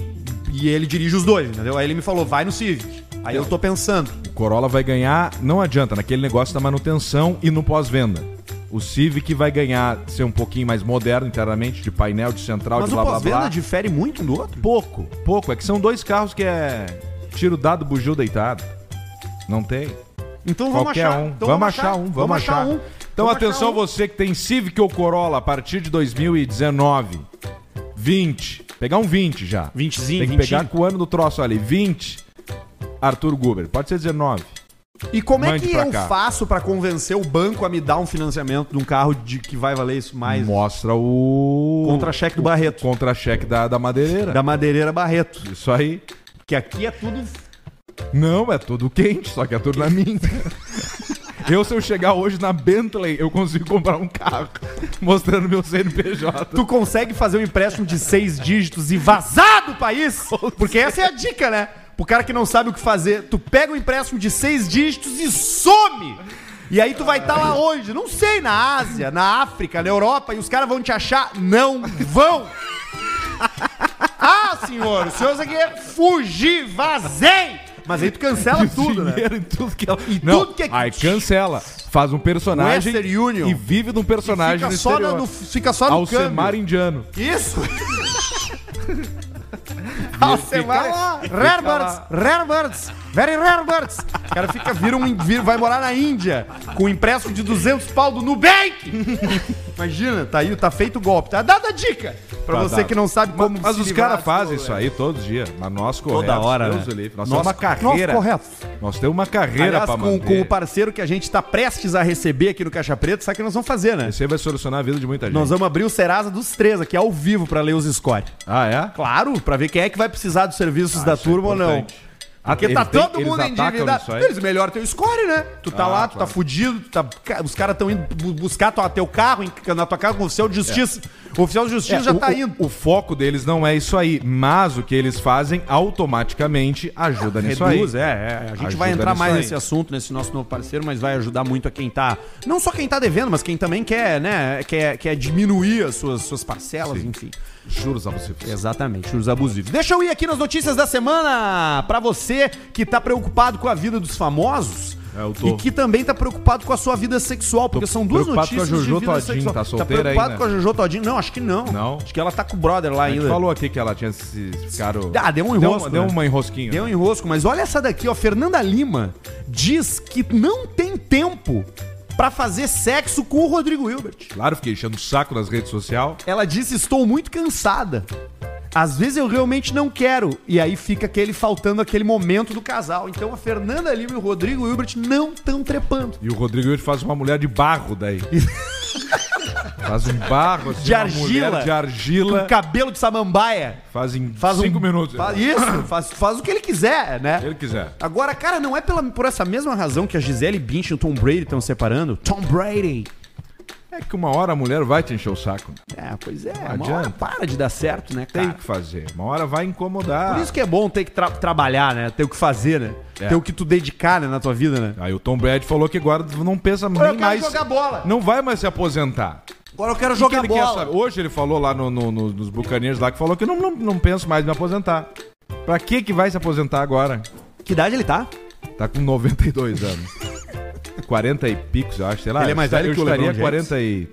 S1: E ele dirige os dois, entendeu? Aí ele me falou: vai no Civic. Aí eu tô pensando.
S2: O Corolla vai ganhar, não adianta, naquele negócio da manutenção e no pós-venda. O Civic vai ganhar, ser um pouquinho mais moderno internamente, de painel, de central,
S1: Mas o
S2: de blá blá blá.
S1: pós-venda difere muito um do outro?
S2: Pouco, pouco. É que são dois carros que é tiro dado, bugio deitado. Não tem.
S1: Então vamos
S2: Qualquer
S1: achar.
S2: um.
S1: Então
S2: vamos achar, um, vamos achar. um. Então
S1: Vamos
S2: atenção
S1: achar um.
S2: você que tem Civic ou Corolla a partir de 2019. 20. Pegar um 20 já.
S1: 20zinho,
S2: Tem
S1: 20.
S2: que pegar com o ano do troço ali. 20. Arthur Guber. Pode ser 19.
S1: E como é
S2: Mande
S1: que
S2: pra
S1: eu
S2: cá.
S1: faço pra convencer o banco a me dar um financiamento de um carro de que vai valer isso mais?
S2: Mostra o...
S1: Contra-cheque do Barreto.
S2: Contra-cheque da, da madeireira.
S1: Da madeireira Barreto.
S2: Isso aí.
S1: Que aqui é tudo.
S2: Não, é tudo quente, só que é tudo na minha. Eu, se eu chegar hoje na Bentley, eu consigo comprar um carro mostrando meu CNPJ.
S1: Tu consegue fazer um empréstimo de seis dígitos e vazar do país? Porque essa é a dica, né? Pro cara que não sabe o que fazer, tu pega um empréstimo de seis dígitos e some! E aí tu vai estar lá onde? Não sei, na Ásia, na África, na Europa, e os caras vão te achar? Não vão! Ah, senhor, o senhor isso aqui é fugir, vazei! Mas aí tu cancela tudo, né?
S2: Dinheiro em tudo que ela...
S1: E
S2: Não,
S1: tudo que é-
S2: Aí cancela. Faz um personagem
S1: Western Union.
S2: e vive de um personagem
S1: Fica só,
S2: exterior.
S1: no, no- fica só no
S2: Alcemar
S1: câmbio.
S2: indiano.
S1: Isso! Alcemar. Rare birds, rare birds, very rare birds. O cara fica, vira um, vira, vai morar na Índia com um empréstimo de 200 pau do Nubank. Imagina, tá aí, tá feito o golpe. Tá dada a dica pra
S2: Tá
S1: você
S2: dado.
S1: que não sabe como
S2: Mas
S1: se
S2: os
S1: livrar
S2: caras
S1: das
S2: fazem isso aí todo dia. Mas nós corretos.
S1: hora,
S2: Deus
S1: né?
S2: o livre. Nós
S1: Nossa,
S2: temos uma carreira.
S1: nós corretos.
S2: Nós temos uma carreira
S1: Aliás,
S2: para
S1: com,
S2: manter.
S1: com o parceiro que a gente tá prestes a receber aqui no Caixa Preta, sabe o que nós vamos fazer, né?
S2: Você vai solucionar a vida de muita gente.
S1: Nós vamos abrir o Serasa dos três aqui ao vivo pra ler os score.
S2: Ah, é?
S1: Claro, pra ver quem é que vai precisar dos serviços da
S2: isso é
S1: turma ou não.
S2: importante. Ah,
S1: Porque
S2: Eles
S1: tá
S2: têm-
S1: todo
S2: eles
S1: mundo
S2: atacam
S1: endividado.
S2: nisso aí?
S1: Eles melhoram teu score, né? Tu tá
S2: Ah,
S1: lá, tu
S2: claro.
S1: tá fudido, tu tá... ca- os caras estão indo bu- buscar tua, teu carro em- na tua casa com o oficial de justiça. O oficial de justiça
S2: É,
S1: já
S2: o,
S1: tá
S2: o-
S1: indo.
S2: O foco deles não é isso aí, mas o que eles fazem automaticamente ajuda nisso
S1: Reduz,
S2: aí.
S1: é, é. A gente
S2: Ajuda
S1: vai entrar
S2: nisso
S1: mais
S2: aí.
S1: nesse assunto, nesse nosso novo parceiro, mas vai ajudar muito a quem tá. Não só quem tá devendo, mas quem também quer, né? Quer, quer diminuir as suas, suas parcelas, enfim.
S2: Juros abusivos.
S1: Exatamente, juros abusivos. Deixa eu ir aqui nas notícias da semana pra você que tá preocupado com a vida dos famosos.
S2: É, eu tô.
S1: E que também tá preocupado com a sua vida sexual, porque
S2: Tô
S1: são duas
S2: preocupado com a
S1: notícias
S2: Jojo
S1: de vida
S2: Todinho,
S1: sexual.
S2: tá solteira
S1: preocupado
S2: aí, né?
S1: com a Jojo Todinho? Não, acho que não.
S2: Não?
S1: Acho que ela tá com o brother lá
S2: A gente
S1: ainda.
S2: falou aqui que ela tinha se ficado.
S1: Ah, deu um
S2: deu,
S1: enrosco,
S2: uma- deu
S1: né?
S2: uma enrosquinha.
S1: Deu um enrosco, mas olha essa daqui, ó. Fernanda Lima diz que não tem tempo pra fazer sexo com o Rodrigo Hilbert.
S2: Claro, fiquei enchendo o saco nas redes sociais.
S1: Ela disse: Estou muito cansada. Às vezes eu realmente não quero. E aí fica aquele faltando aquele momento do casal. Então a Fernanda Lima e o Rodrigo Hilbert não estão trepando.
S2: E o Rodrigo Hilbert faz uma mulher de barro daí. faz um barro assim,
S1: De
S2: uma
S1: argila.
S2: mulher de argila.
S1: Com cabelo de samambaia.
S2: Faz em
S1: Faz um-
S2: cinco minutos.
S1: Fa- isso, faz, faz o que ele quiser, né?
S2: Se ele quiser.
S1: Agora, cara, não é pela, por essa mesma razão que a Gisele Bündchen e o Tom Brady estão separando? Tom Brady.
S2: É que uma hora a mulher vai te encher o saco.
S1: É, pois é, uma
S2: adianta.
S1: hora para de dar certo, né,
S2: Tem
S1: cara?
S2: que fazer. Uma hora vai incomodar.
S1: Por isso que é bom ter que tra- trabalhar, né? Ter o que fazer, né?
S2: É.
S1: Ter o que tu dedicar né, na tua vida, né?
S2: Aí o Tom Brady falou que agora não pensa nem
S1: quero
S2: mais.
S1: jogar bola.
S2: Não vai mais se aposentar.
S1: Agora eu quero
S2: O que ele quer saber? Hoje ele falou lá no- no- no- nos bucaneiros lá que falou que não, não, não penso mais em me aposentar. Pra que que vai se aposentar agora?
S1: Que idade ele tá?
S2: Tá com 92 anos. 40 e picos, eu acho, sei lá.
S1: Ele é mais
S2: Eu
S1: velho que o
S2: estaria
S1: LeBron James.
S2: 40 e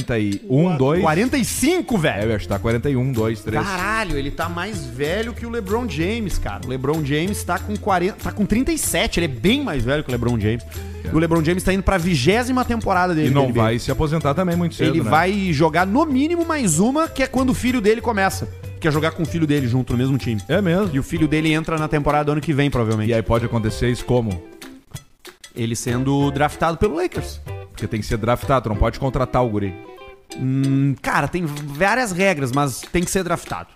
S2: 41, 2.
S1: 45,
S2: É, eu
S1: velho.
S2: ia chutar 41, 2, 3.
S1: Caralho, ele tá mais velho que o LeBron James, cara. O LeBron James tá com 40, tá com 37, ele é bem mais velho que o LeBron James. E o LeBron James tá indo pra vigésima temporada dele.
S2: É. E não
S1: dele mesmo.
S2: vai se aposentar também muito cedo,
S1: Ele
S2: né?
S1: vai jogar no mínimo mais uma, que é quando o filho dele começa. Que é jogar com o filho dele junto no mesmo time.
S2: É mesmo.
S1: E o filho dele entra na temporada do ano que vem, provavelmente.
S2: E é aí pode acontecer isso como?
S1: Ele sendo draftado pelo Lakers.
S2: Porque tem que ser draftado, tu não pode contratar o guri.
S1: Hum, cara, tem várias regras, mas tem que ser draftado.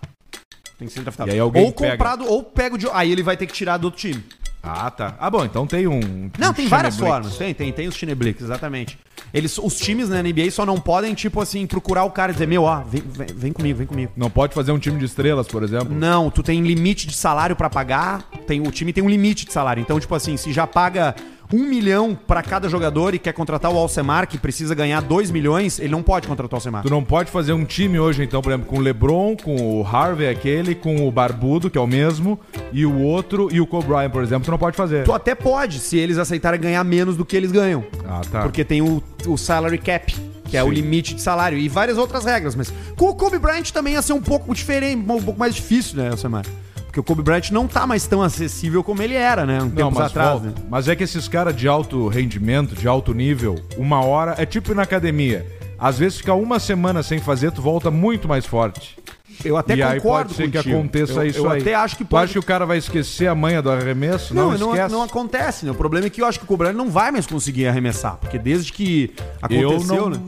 S1: Tem que ser draftado.
S2: E aí alguém
S1: ou
S2: pega.
S1: comprado, ou pego de. Aí ele vai ter que tirar do outro time.
S2: Ah, tá. Ah, bom, então tem um.
S1: Não,
S2: um
S1: tem várias
S2: Schneeblitz.
S1: formas. Tem, tem, tem os Chineblix, exatamente. Eles, os times na NBA só não podem, tipo assim, procurar o cara e dizer, meu, ó, vem, vem, vem comigo, vem comigo.
S2: Não pode fazer um time de estrelas, por exemplo?
S1: Não, tu tem limite de salário pra pagar. Tem, o time tem um limite de salário. Então, tipo assim, se já paga um milhão pra cada jogador e quer contratar o Alcemar, que precisa ganhar dois milhões, ele não pode contratar o Alcemar.
S2: Tu não pode fazer um time hoje, então, por exemplo, com o LeBron, com o Harvey, aquele, com o Barbudo, que é o mesmo, e o outro, e o Kobe Bryant, por exemplo, tu não pode fazer.
S1: Tu até pode, se eles aceitarem ganhar menos do que eles ganham.
S2: Ah, tá.
S1: Porque tem o, o salary cap, que é o
S2: Sim.
S1: limite de salário, e várias outras regras. Mas com o Kobe Bryant também ia ser um pouco diferente, um pouco mais difícil, né, Samara? Porque o Kobe Bryant não tá mais tão acessível como ele era, né? Um
S2: Não,
S1: tempo
S2: mas,
S1: atrás,
S2: volta.
S1: né?
S2: mas é que esses caras de alto rendimento, de alto nível, uma hora, é tipo ir na academia. Às vezes fica uma semana sem fazer, tu volta muito mais forte.
S1: Eu até
S2: e aí
S1: concordo
S2: pode ser que
S1: contigo.
S2: aconteça
S1: eu,
S2: isso
S1: eu
S2: aí.
S1: até acho que
S2: Tu
S1: pode.
S2: acha que o cara vai esquecer a manha do arremesso? Não,
S1: Não, não,
S2: esquece.
S1: não acontece, né? O problema é que eu acho que o Kobe Bryant não vai mais conseguir arremessar. Porque desde que
S2: Eu
S1: aconteceu,
S2: não,
S1: né?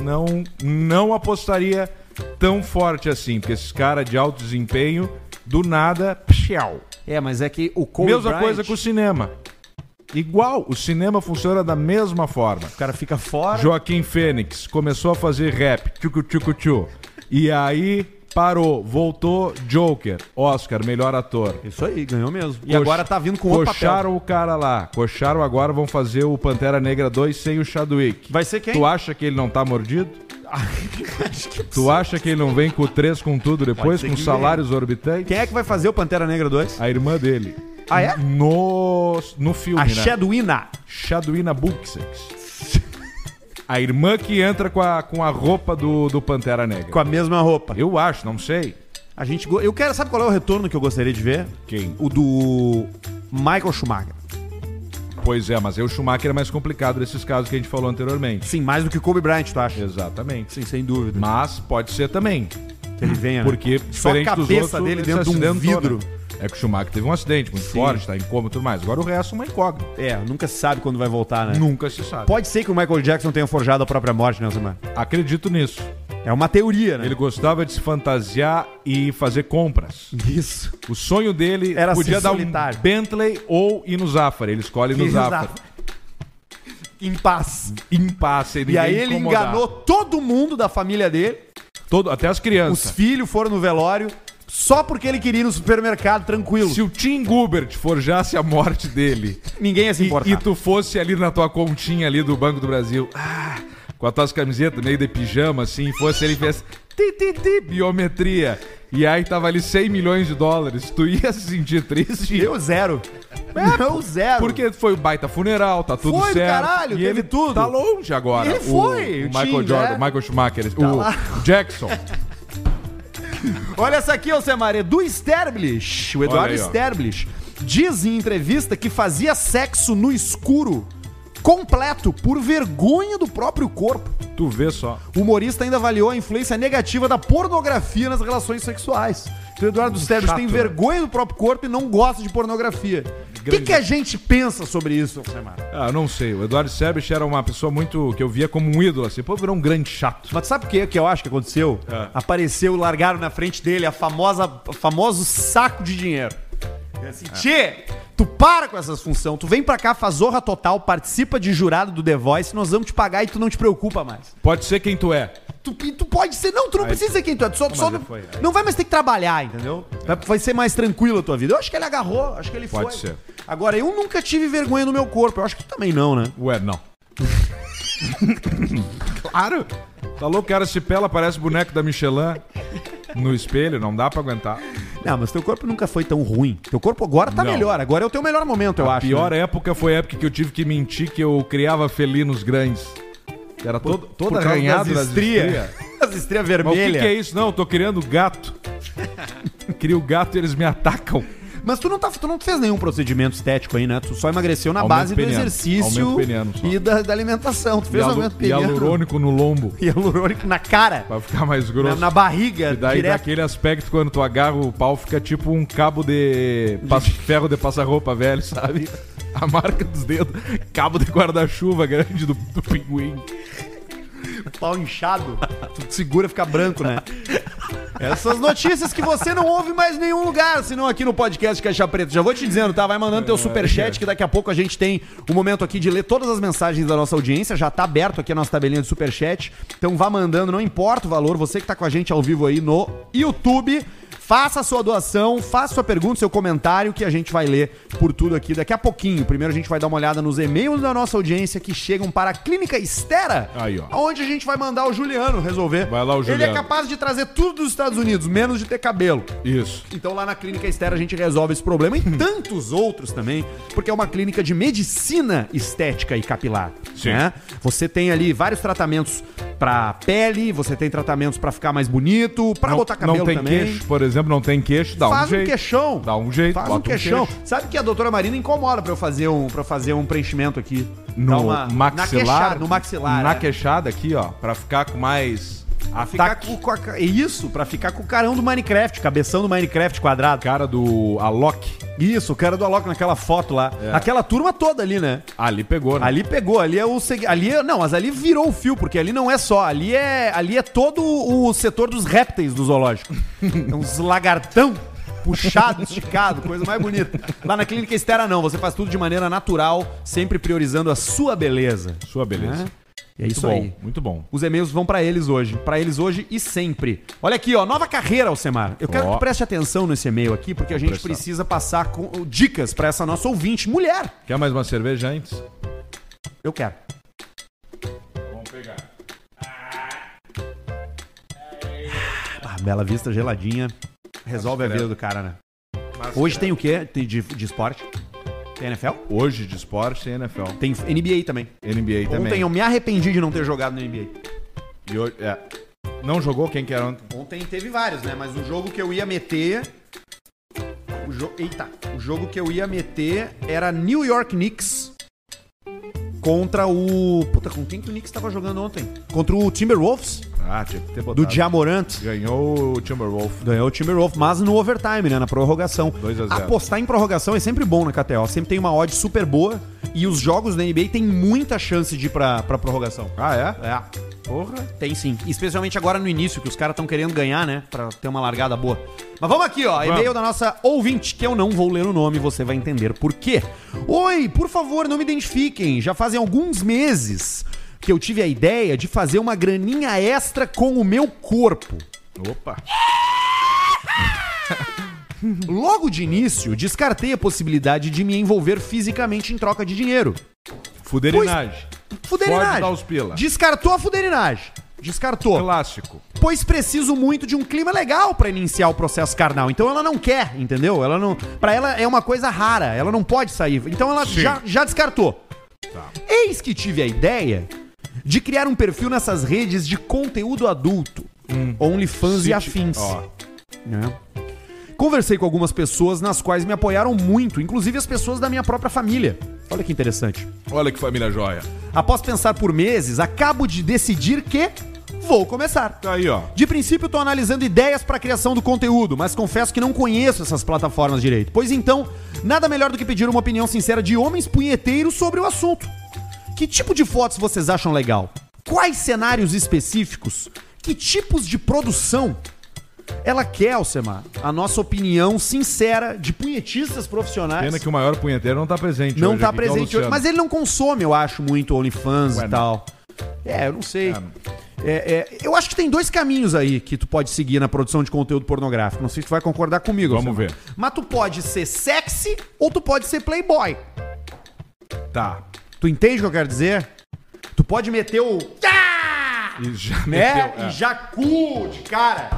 S2: não, não apostaria tão forte assim, porque esses caras de alto desempenho, do nada, psiau.
S1: É, mas é que o Kobe
S2: Mesma
S1: Bryant,
S2: coisa com o cinema. Igual, o cinema funciona da mesma forma.
S1: o cara fica fora.
S2: Joaquim Fênix começou a fazer rap, tchucu tchucu tchu. E aí parou, voltou Joker, Oscar, melhor ator.
S1: Isso aí, ganhou mesmo. E
S2: Cox-
S1: agora tá vindo com outro papel.
S2: Coxaram o cara lá. Coxaram agora, vão fazer o Pantera Negra 2 sem o Chadwick.
S1: Vai ser quem?
S2: Tu acha que ele não tá mordido? Tu acha que ele não vem com o 3 com tudo depois,
S1: ser
S2: com
S1: que
S2: salários orbitantes?
S1: Quem é que vai fazer o Pantera Negra 2?
S2: A irmã dele.
S1: Ah, é?
S2: No, no filme,
S1: A
S2: né?
S1: Shadwina.
S2: Shadwina Buxex. A irmã que entra com a, com a roupa do, do Pantera Negra.
S1: Com a mesma roupa.
S2: Eu acho, não sei.
S1: A gente, go- eu quero, sabe qual é o retorno que eu gostaria de ver?
S2: Quem?
S1: O do Michael Schumacher.
S2: Pois é, mas eu, Schumacher, é mais complicado desses casos que a gente falou anteriormente.
S1: Sim, mais do que o Kobe Bryant, tu acha?
S2: Exatamente.
S1: Sim, sem dúvida.
S2: Mas pode ser também.
S1: Que ele venha. né?
S2: Porque,
S1: só a
S2: diferente dos
S1: cabeça
S2: outros,
S1: dele
S2: ele
S1: dentro de
S2: se
S1: um
S2: acidentou,
S1: vidro.
S2: né? É que o Schumacher teve um acidente muito forte, tá em coma e tudo mais. Agora o resto é uma incógnita.
S1: É, nunca se sabe quando vai voltar, né?
S2: Nunca se sabe.
S1: Pode ser que o Michael Jackson tenha forjado a própria morte, né, Alcemar?
S2: Acredito nisso.
S1: É uma teoria, né?
S2: Ele gostava de se fantasiar e fazer compras.
S1: Isso.
S2: O sonho dele
S1: Era
S2: podia
S1: ser
S2: dar
S1: solitário.
S2: um Bentley ou ir no Zafari. Ele escolhe ir no Zafari.
S1: Em paz.
S2: Impasse.
S1: E aí
S2: ninguém
S1: ele
S2: incomodar.
S1: enganou todo mundo da família dele.
S2: Todo, até as
S1: Os
S2: crianças.
S1: filhos foram no velório só porque ele queria ir no supermercado tranquilo.
S2: Se o Tim Gubert forjasse a morte dele
S1: Ninguém ia se
S2: e,
S1: importar.
S2: e tu fosse ali na tua continha ali do Banco do Brasil, ah, com as tuas camisetas meio de pijama, assim, fosse ele e fizesse ti, ti, ti, biometria. E aí tava ali 100 milhões de dólares. Tu ia se sentir triste?
S1: Eu zero. Eu zero.
S2: É, Porque foi o baita funeral, tá tudo
S1: Foi do
S2: certo.
S1: caralho,
S2: e
S1: teve
S2: ele
S1: tudo.
S2: Tá longe agora.
S1: E ele foi, o
S2: O, o Michael
S1: Tim, né?
S2: Jordan, Michael Schumacher, o
S1: lá.
S2: Jackson.
S1: Olha essa aqui, Alcemar, Edu Sterblich, o Eduardo
S2: Olha aí, ó.
S1: Sterblich, diz em entrevista que fazia sexo no escuro, completo, por vergonha do próprio corpo.
S2: tu vê só.
S1: O humorista ainda avaliou a influência negativa da pornografia nas relações sexuais. Então, o Eduardo Sterblich
S2: chato,
S1: tem
S2: né?
S1: vergonha do próprio corpo e não gosta de pornografia. O que,
S2: Grande-
S1: que a gente pensa sobre isso, Alcemar?
S2: Ah, não sei. O Eduardo Serbich era uma pessoa muito. que eu via como um ídolo, assim. Pô, virou um grande chato.
S1: Mas sabe o que, que eu acho que aconteceu?
S2: É.
S1: Apareceu, largaram na frente dele a famosa, o famoso saco de dinheiro.
S2: É.
S1: E Assim, Tchê, tu para com essas funções, tu vem pra cá, faz zorra total, participa de jurado do The Voice, nós vamos te pagar e tu não te preocupa mais.
S2: Pode ser quem tu é.
S1: Tu, e tu pode ser, não, tu não precisa ser quem tu é, tu só, tu só
S2: já
S1: não,
S2: foi, aí. É.
S1: não vai mais ter que trabalhar, entendeu? Vai, vai ser mais tranquila a tua vida. Eu acho que ele agarrou, acho que ele
S2: Pode
S1: foi.
S2: ser.
S1: Agora, eu nunca tive vergonha no meu corpo, eu acho que tu também não, né?
S2: Ué, não. claro. Tá louco, cara se pela, parece boneco da Michelin no espelho, não dá pra aguentar.
S1: Não, mas teu corpo nunca foi tão ruim. Teu corpo agora tá
S2: Não.
S1: melhor, agora é o teu melhor momento, eu
S2: A
S1: acho.
S2: pior
S1: né?
S2: época foi a época que eu tive que mentir que eu criava felinos grandes. Era todo, todo
S1: Por causa
S2: arranhado
S1: das
S2: das
S1: estrias.
S2: estrias.
S1: As estrias
S2: Mas o que, que
S1: vermelhas.
S2: é isso? Não, eu tô criando gato. Crio gato e eles me atacam.
S1: Mas tu não, tá, tu não fez nenhum procedimento estético aí, né? Tu só emagreceu na
S2: Aumento
S1: base do
S2: peniano.
S1: exercício
S2: Aumento peniano só.
S1: e da, da alimentação. Tu fez
S2: Hialu-
S1: aumento peniano.
S2: Hialurônico no lombo,
S1: Hialurônico na cara,
S2: pra ficar mais
S1: na,
S2: grosso.
S1: na barriga,
S2: E daí
S1: direto.
S2: daquele aspecto quando tu agarra o pau fica tipo um cabo de pas- ferro de passar roupa velho, sabe? A marca dos dedos, cabo de guarda-chuva grande do, do pinguim.
S1: Pau inchado. Tu te segura, fica branco, né? Essas notícias que você não ouve mais em nenhum lugar, senão aqui no podcast Caixa Preta. Já vou te dizendo, tá? Vai mandando
S2: É,
S1: teu superchat, que daqui a pouco a gente tem o momento aqui de ler todas as mensagens da nossa audiência. Já tá aberto aqui a nossa tabelinha de superchat. Então vá mandando, não importa o valor. Você que tá com a gente ao vivo aí no YouTube. Faça a sua doação, faça sua pergunta, seu comentário, que a gente vai ler por tudo aqui daqui a pouquinho. Primeiro a gente vai dar uma olhada nos e-mails da nossa audiência que chegam para a Clínica Estera,
S2: Aí, ó.
S1: onde a gente vai mandar o Juliano resolver.
S2: Vai lá, o
S1: Ele é
S2: Juliano.
S1: capaz de trazer tudo dos Estados Unidos, menos de ter cabelo.
S2: Isso.
S1: Então lá na clínica Estera a gente resolve esse problema e tantos outros também, porque é uma clínica de medicina estética e capilar.
S2: Sim.
S1: né? Você tem ali vários tratamentos pra pele, você tem tratamentos pra ficar mais bonito, pra
S2: não,
S1: botar cabelo
S2: não tem
S1: também.
S2: queixo, por exemplo, não tem queixo, dá
S1: Faz
S2: um
S1: um,
S2: jeito.
S1: queixão.
S2: Dá um jeito,
S1: Faz um
S2: bota um
S1: queixão.
S2: queixo.
S1: Sabe que a doutora Marina incomoda pra eu fazer um, pra eu fazer um preenchimento aqui. Dá
S2: No
S1: uma- Na
S2: maxilar.
S1: queixada, no maxilar.
S2: Na
S1: é.
S2: queixada aqui, ó, pra ficar com mais
S1: Ficar
S2: ataque.
S1: com, com a, ca- isso, pra ficar com o carão do Minecraft, cabeção do Minecraft quadrado.
S2: Cara do Alok,
S1: Isso, o cara do Alok naquela foto lá.
S2: É.
S1: Aquela turma toda ali, né?
S2: ali pegou, né?
S1: Ali pegou, ali é o segui- ali é- não, mas ali virou o fio, porque ali não é só, ali é, ali é todo o setor dos répteis do zoológico. É uns lagartão puxado, esticado, coisa mais bonita. Lá na clínica Estera não, você faz tudo de maneira natural, sempre priorizando a sua beleza.
S2: Sua
S1: né?
S2: beleza.
S1: E é isso
S2: muito bom,
S1: aí.
S2: muito bom.
S1: Os e-mails vão pra eles hoje, Pra eles hoje e sempre. Olha aqui, ó, nova carreira, Alcemar. Eu quero
S2: Ó.
S1: que tu preste atenção nesse e-mail aqui, porque a gente
S2: prestar.
S1: precisa passar com- dicas pra essa nossa ouvinte mulher.
S2: Quer mais uma cerveja antes?
S1: Eu quero.
S2: Vamos pegar.
S1: Ah, Bela Vista geladinha. Resolve a vida do cara, né? Hoje tem o quê Tem de, de esporte? Tem NFL?
S2: Hoje de esporte e NFL.
S1: Tem NBA também.
S2: NBA também.
S1: Ontem eu me arrependi de não ter jogado no NBA.
S2: E hoje- é. Não jogou quem que era ontem?
S1: Ontem teve vários, né? Mas o jogo que eu ia meter. O jo... Eita! O jogo que eu ia meter era New York Knicks contra o. Puta, com quem que o Knicks tava jogando ontem? Contra o Timberwolves.
S2: Ah, tinha que ter
S1: do
S2: botado.
S1: Diamorant.
S2: Ganhou o Timberwolf.
S1: Ganhou o Timberwolf, mas no overtime, né? Na prorrogação.
S2: 2 a 0.
S1: Apostar em prorrogação é sempre bom na KTO. Sempre tem uma odd super boa e os jogos da NBA tem muita chance de ir pra, pra prorrogação.
S2: Ah, é?
S1: É,
S2: Porra.
S1: tem sim. Especialmente agora no início, que os caras estão querendo ganhar, né? Pra ter uma largada boa. Mas vamos aqui, ó. E-mail da nossa ouvinte, que eu não vou ler o nome, você vai entender por quê. Oi, por favor, não me identifiquem. Já fazem alguns meses que eu tive a ideia de fazer uma graninha extra com o meu corpo.
S2: Opa.
S1: Logo de início, descartei a possibilidade de me envolver fisicamente em troca de dinheiro.
S2: Fuderinagem. Pode dar os
S1: Fuderinagem.
S2: pila.
S1: Descartou a fuderinagem. Descartou.
S2: Clássico.
S1: Pois preciso muito de um clima legal pra iniciar o processo carnal. Então ela não quer, entendeu? Ela não, para ela é uma coisa rara, ela não pode sair. Então ela
S2: Sim. Tá.
S1: já, já descartou. Eis que tive a ideia de criar um perfil nessas redes de conteúdo adulto, OnlyFans e afins
S2: Hum. Ó,
S1: né? Conversei com algumas pessoas nas quais me apoiaram muito, inclusive as pessoas da minha própria família. Olha que interessante.
S2: olha que família joia.
S1: Após pensar por meses, acabo de decidir que vou começar.
S2: Tá aí, ó.
S1: De princípio, estou analisando ideias para a criação do conteúdo, mas confesso que não conheço essas plataformas direito. Pois então, nada melhor do que pedir uma opinião sincera de homens punheteiros sobre o assunto. Que tipo de fotos vocês acham legal? Quais cenários específicos? Que tipos de produção? Ela quer, Alcemar, a nossa opinião sincera de punhetistas profissionais.
S2: Pena que o maior punheteiro não tá presente
S1: Não
S2: hoje
S1: tá
S2: aqui, que é o
S1: presente hoje.
S2: Luciano.
S1: Mas ele não consome, eu acho, muito OnlyFans
S2: Ué,
S1: e
S2: não.
S1: tal. É, eu não sei.
S2: não.
S1: É, é, eu acho que tem dois caminhos aí que tu pode seguir na produção de conteúdo pornográfico. Não sei se tu vai concordar comigo.
S2: Vamos
S1: Alcemar.
S2: ver.
S1: Mas tu pode ser sexy ou tu pode ser playboy.
S2: Tá.
S1: Tu entende o que eu quero dizer? Tu pode meter o...
S2: E já
S1: né?
S2: meteu- é.
S1: E já cu de cara.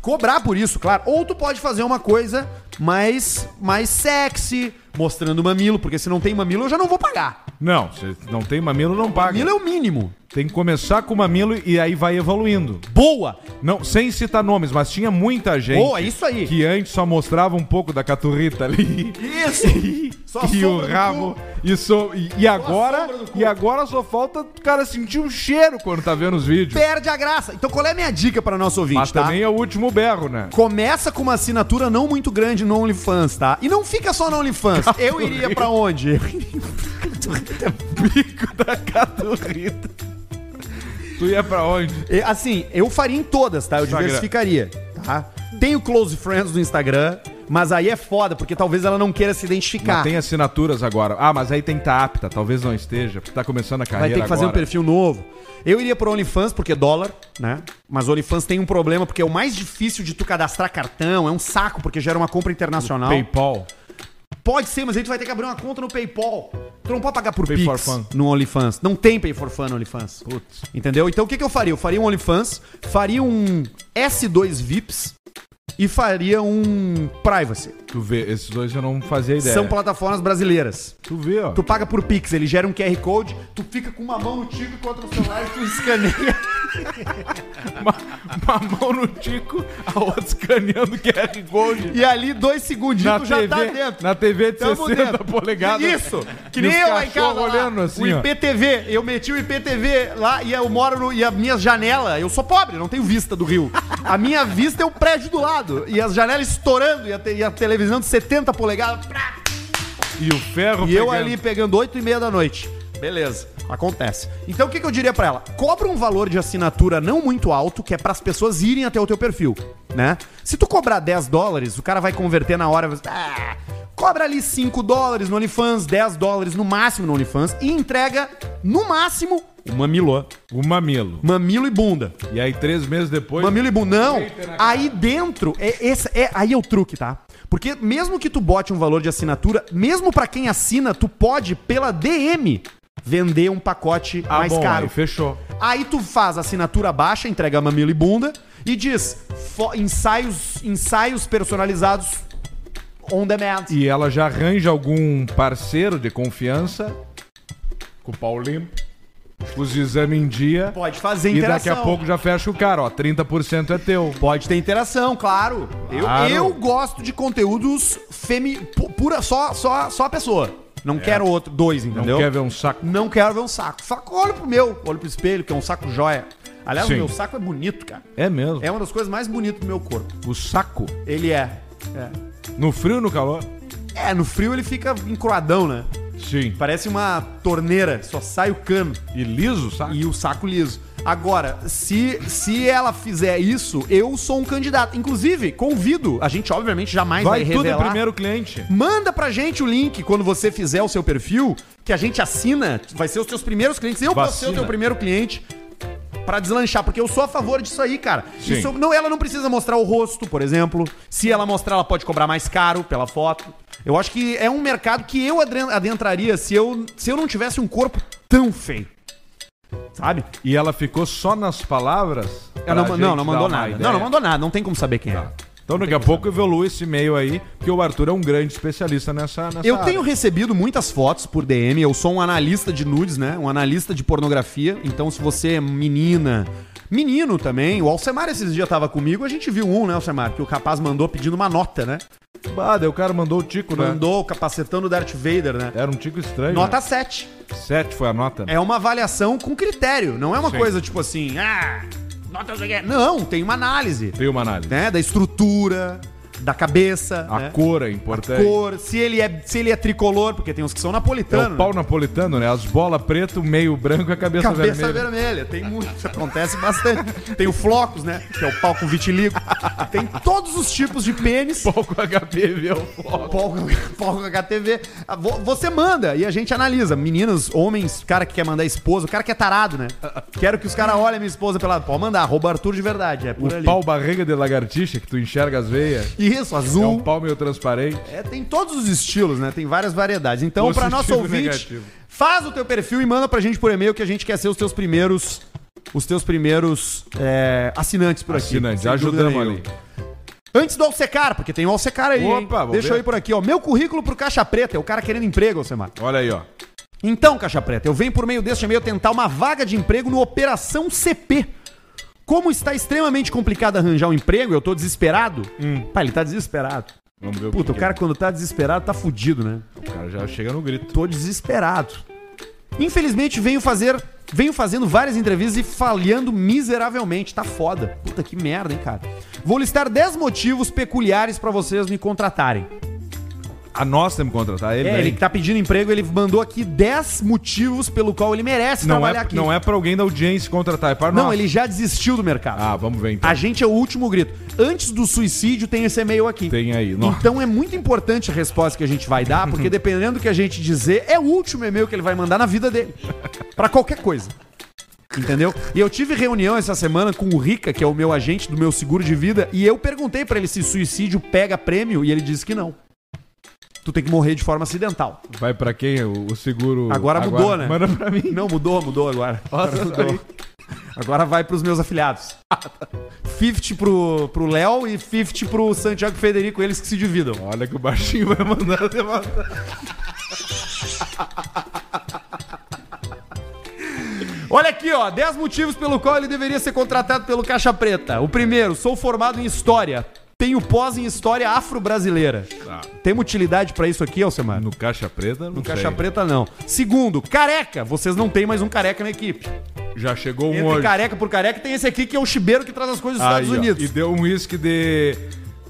S1: Cobrar por isso, claro. Ou tu pode fazer uma coisa mais, mais sexy, mostrando o mamilo, porque se não tem mamilo eu já não vou pagar.
S2: Não, se não tem mamilo, não paga.
S1: Mamilo é o mínimo.
S2: Tem que começar com o mamilo e aí vai evoluindo.
S1: Boa!
S2: Não, sem citar nomes, mas tinha muita gente.
S1: Boa, isso aí.
S2: Que antes só mostrava um pouco da caturrita ali.
S1: Isso! Só a
S2: e
S1: Tá sombra
S2: o
S1: do
S2: rabo.
S1: cu. Tá
S2: E, so- e- e agora.
S1: sombra do cu.
S2: E agora só falta o cara sentir um cheiro quando tá vendo os vídeos.
S1: Perde a graça. Então qual é a minha dica para nosso ouvinte,
S2: Mas
S1: tá?
S2: também é o último berro, né?
S1: Começa com uma assinatura não muito grande no OnlyFans, tá? E não fica só no OnlyFans. Eu iria pra onde?
S2: Caturrita. tu ia pra onde?
S1: E, Assim, eu faria em todas, tá? Eu
S2: Instagram.
S1: diversificaria, tá? Tem o Close Friends do Instagram, mas aí é foda, porque talvez ela não queira se
S2: Mas
S1: identificar.
S2: Ah, tem assinaturas agora. Ah, mas aí tem que tá apta, talvez não esteja, porque tá começando a
S1: Vai
S2: carreira
S1: ter que fazer um
S2: agora.
S1: perfil novo. Eu iria pro OnlyFans, porque é dólar, né? Mas OnlyFans tem um problema, porque é o mais difícil de tu cadastrar cartão, é um saco, porque gera uma compra internacional.
S2: PayPal.
S1: Pode ser, mas a gente vai ter que abrir uma conta no PayPal. Tu não pode pagar por
S2: Pay for
S1: Pix
S2: fun.
S1: no OnlyFans. Não tem Pay for Fun no OnlyFans.
S2: Putz.
S1: Entendeu? Então o que, que eu faria? Eu faria um OnlyFans, faria um S2 VIPs e faria um Privacy.
S2: Tu vê, esses dois eu não fazia ideia.
S1: São plataformas brasileiras.
S2: Tu vê, ó.
S1: Tu paga por Pix, ele gera um QR Code, tu fica com uma mão no tico enquanto no celular e tu escaneia.
S2: Uma, uma mão no tico, a outra escaneando QR Gold.
S1: e ali, dois segundinhos, tu já tá dentro.
S2: na TV de
S1: Tamo
S2: 60
S1: dentro.
S2: polegadas.
S1: Isso! Que
S2: E
S1: nem
S2: os
S1: eu lá em casa.
S2: cachorro
S1: lá.
S2: olhando assim,
S1: o
S2: ó.
S1: IPTV, eu meti o IPTV lá e eu moro no. E a minha janela, eu sou pobre, não tenho vista do rio. A minha vista é o prédio do lado. E as janelas estourando, e a, te- e a televisão de 70 polegadas. prá,
S2: E o ferro
S1: e eu ali pegando 8 e meia da noite. Beleza, acontece. Então o que, que eu diria pra ela? Cobra um valor de assinatura não muito alto, que é pras pessoas irem até o teu perfil, né? Se tu cobrar 10 dólares, o cara vai converter na hora. vai- Ah, cobra ali 5 dólares no OnlyFans, 10 dólares no máximo no OnlyFans e entrega, no máximo, o mamilo.
S2: O mamilo.
S1: Mamilo e bunda.
S2: E aí, três meses depois...
S1: Mamilo e bunda. Não,
S2: Eita, na né, cara.
S1: aí dentro, é, esse, é, aí é o truque, tá? Porque mesmo que tu bote um valor de assinatura, mesmo pra quem assina, tu pode, pela DM, vender um pacote
S2: Ah,
S1: mais
S2: bom,
S1: caro.
S2: aí fechou.
S1: Aí tu faz assinatura baixa, entrega mamilo e bunda, e diz fo- ensaios, ensaios personalizados on demand.
S2: E ela já arranja algum parceiro de confiança. Com o Paulinho. Os exames em dia.
S1: Pode fazer
S2: E daqui
S1: interação.
S2: a pouco já fecha o cara, ó. 30% é teu.
S1: Pode ter interação, claro. Eu-
S2: Claro.
S1: Eu, gosto de conteúdos femi pu- pura só só só a pessoa. Não quero outro dois,
S2: É. Não
S1: entendeu?
S2: quer ver um saco?
S1: Não quero ver um saco. Saco, olho pro meu, olho pro espelho, que é um saco joia. Aliás,
S2: Sim.
S1: o meu saco é bonito, cara.
S2: É mesmo.
S1: É uma das coisas mais bonitas do meu corpo.
S2: O saco.
S1: Ele é.
S2: No frio ou no calor?
S1: É, no frio ele fica encroadão, né?
S2: Sim.
S1: Parece uma torneira, só sai o cano
S2: E liso o saco?
S1: e o saco liso. Agora, se, se ela fizer isso, eu sou um candidato. Inclusive, convido, a gente obviamente jamais vai,
S2: Vai tudo em
S1: revelar.
S2: primeiro cliente.
S1: Manda pra gente o link quando você fizer o seu perfil, que a gente assina, vai ser os seus primeiros clientes. Eu posso ser o
S2: Vacina.
S1: teu primeiro cliente pra deslanchar, porque eu sou a favor disso aí, cara.
S2: Sim.
S1: Isso- não, ela não precisa mostrar o rosto, por exemplo. Se ela mostrar, ela pode cobrar mais caro pela foto. Eu acho que é um mercado que eu adren- adentraria se eu, se eu não tivesse um corpo tão feio. Sabe?
S2: E ela ficou só nas palavras? pra
S1: Ela não,
S2: gente
S1: não, não
S2: dar
S1: mandou
S2: uma
S1: nada.
S2: ideia.
S1: Não, não mandou nada. Não tem como saber quem é.
S2: Então daqui a pouco evolui esse e-mail aí, porque o Arthur é um grande especialista nessa, nessa
S1: Eu
S2: área.
S1: tenho recebido muitas fotos por DM, eu sou um analista de nudes, né? Um analista de pornografia. Então, se você é menina, menino também, o Alcemar esses dias tava comigo, a gente viu um, né, Alcemar? Que o capaz mandou pedindo uma nota, né?
S2: Ah, daí o cara mandou o tico, né?
S1: Mandou o capacetando o Darth Vader, né?
S2: Era um tico estranho.
S1: Nota 7.
S2: 7 foi a nota. né?
S1: É uma avaliação com critério, não é uma
S2: Sim.
S1: coisa tipo assim, ah, nota não sei o quê. Não, tem uma análise,
S2: Tem uma análise.
S1: né? Da estrutura, da cabeça,
S2: A
S1: né?
S2: cor é importante.
S1: Cor, se ele, é, se ele é tricolor, porque tem uns que são
S2: É
S1: napolitano.
S2: o
S1: né?
S2: pau napolitano, né? As bolas preto, meio branco e a cabeça,
S1: Cabeça
S2: vermelha.
S1: vermelha. tem muito, acontece bastante. Tem o Flocos, né? Que é o pau com vitiligo. Tem todos os tipos de pênis. Pau,
S2: Pau com HPV, é o foco.
S1: com- pau com HTV. Ah, vo- Você manda e a gente analisa. Meninas, homens, cara que quer mandar esposa, o cara que é tarado, né? Quero que os caras olhem minha esposa pela. Pode mandar, arroba Arthur de verdade. É por
S2: O
S1: ali.
S2: pau barriga de lagartixa, que tu enxerga as veias.
S1: Isso,
S2: É
S1: azul.
S2: um pau meio transparente.
S1: É, tem todos os estilos, né? Tem várias variedades. Então,
S2: Positivo
S1: pra nosso
S2: e
S1: ouvinte,
S2: negativo.
S1: faz o teu perfil e manda pra gente por e-mail que a gente quer ser os teus primeiros os teus primeiros é, assinantes por aqui.
S2: Assinante,
S1: sem dúvida
S2: ajudamos
S1: nenhuma.
S2: ali.
S1: Antes do Alcecar, porque tem o Alcecar aí, hein?
S2: Opa, vou
S1: Deixa eu
S2: ver.
S1: ir por aqui, ó. Meu currículo pro Caixa Preta, é o cara querendo emprego, Alcemar.
S2: Olha aí, ó.
S1: Então, Caixa Preta, eu venho por meio deste e-mail tentar uma vaga de emprego no Operação CP. Como está extremamente complicado arranjar um emprego, eu tô desesperado.
S2: Hum.
S1: Pá, ele tá desesperado.
S2: Vamos ver
S1: Puta, o
S2: que
S1: cara
S2: que
S1: quando tá desesperado tá fudido, né?
S2: é. O cara já chega no grito.
S1: Tô desesperado. Infelizmente venho fazer, venho fazendo várias entrevistas e falhando miseravelmente, tá foda. Puta que merda, hein, cara. Vou listar 10 motivos peculiares pra vocês me contratarem.
S2: A nós temos que contratar ele,
S1: É,
S2: né?
S1: ele que tá pedindo emprego, ele mandou aqui 10 motivos pelo qual ele merece
S2: Não
S1: trabalhar
S2: é,
S1: aqui.
S2: não é pra alguém da audiência contratar, é para
S1: Não,
S2: nós.
S1: ele já desistiu do mercado.
S2: Ah, vamos ver então.
S1: A gente é o último grito. Antes do suicídio tem esse e-mail aqui.
S2: Tem aí. Não.
S1: Então é muito importante a resposta que a gente vai dar, porque dependendo do que a gente dizer, é o último e-mail que ele vai mandar na vida dele. Pra qualquer coisa. Entendeu? E eu tive reunião essa semana com o Rica, que é o meu agente do meu seguro de vida, e eu perguntei pra ele se suicídio pega prêmio e ele disse que não. Tu tem que morrer de forma acidental.
S2: Vai pra quem o, o seguro...
S1: Agora mudou, né?
S2: Manda pra mim.
S1: Não, mudou, mudou agora. agora, mudou. agora vai pros meus afiliados. 50 pro pro Léo e 50 pro Santiago e Federico, eles que se dividam.
S2: Olha que o baixinho vai mandar você matar.
S1: Olha aqui, ó, 10 motivos pelo qual ele deveria ser contratado pelo Caixa Preta. O primeiro, sou formado em História. Tenho pós em História Afro-Brasileira.
S2: Tá.
S1: Tem utilidade pra isso aqui, Alcemar? No
S2: No caixa preta, não sei.
S1: Caixa Preta, não. Segundo, careca. Vocês não têm mais um careca na equipe.
S2: Já chegou um
S1: Entre
S2: hoje.
S1: careca por careca, tem esse aqui que é o chibeiro que traz as coisas dos
S2: Aí,
S1: Estados
S2: ó.
S1: Unidos.
S2: E deu um uísque de,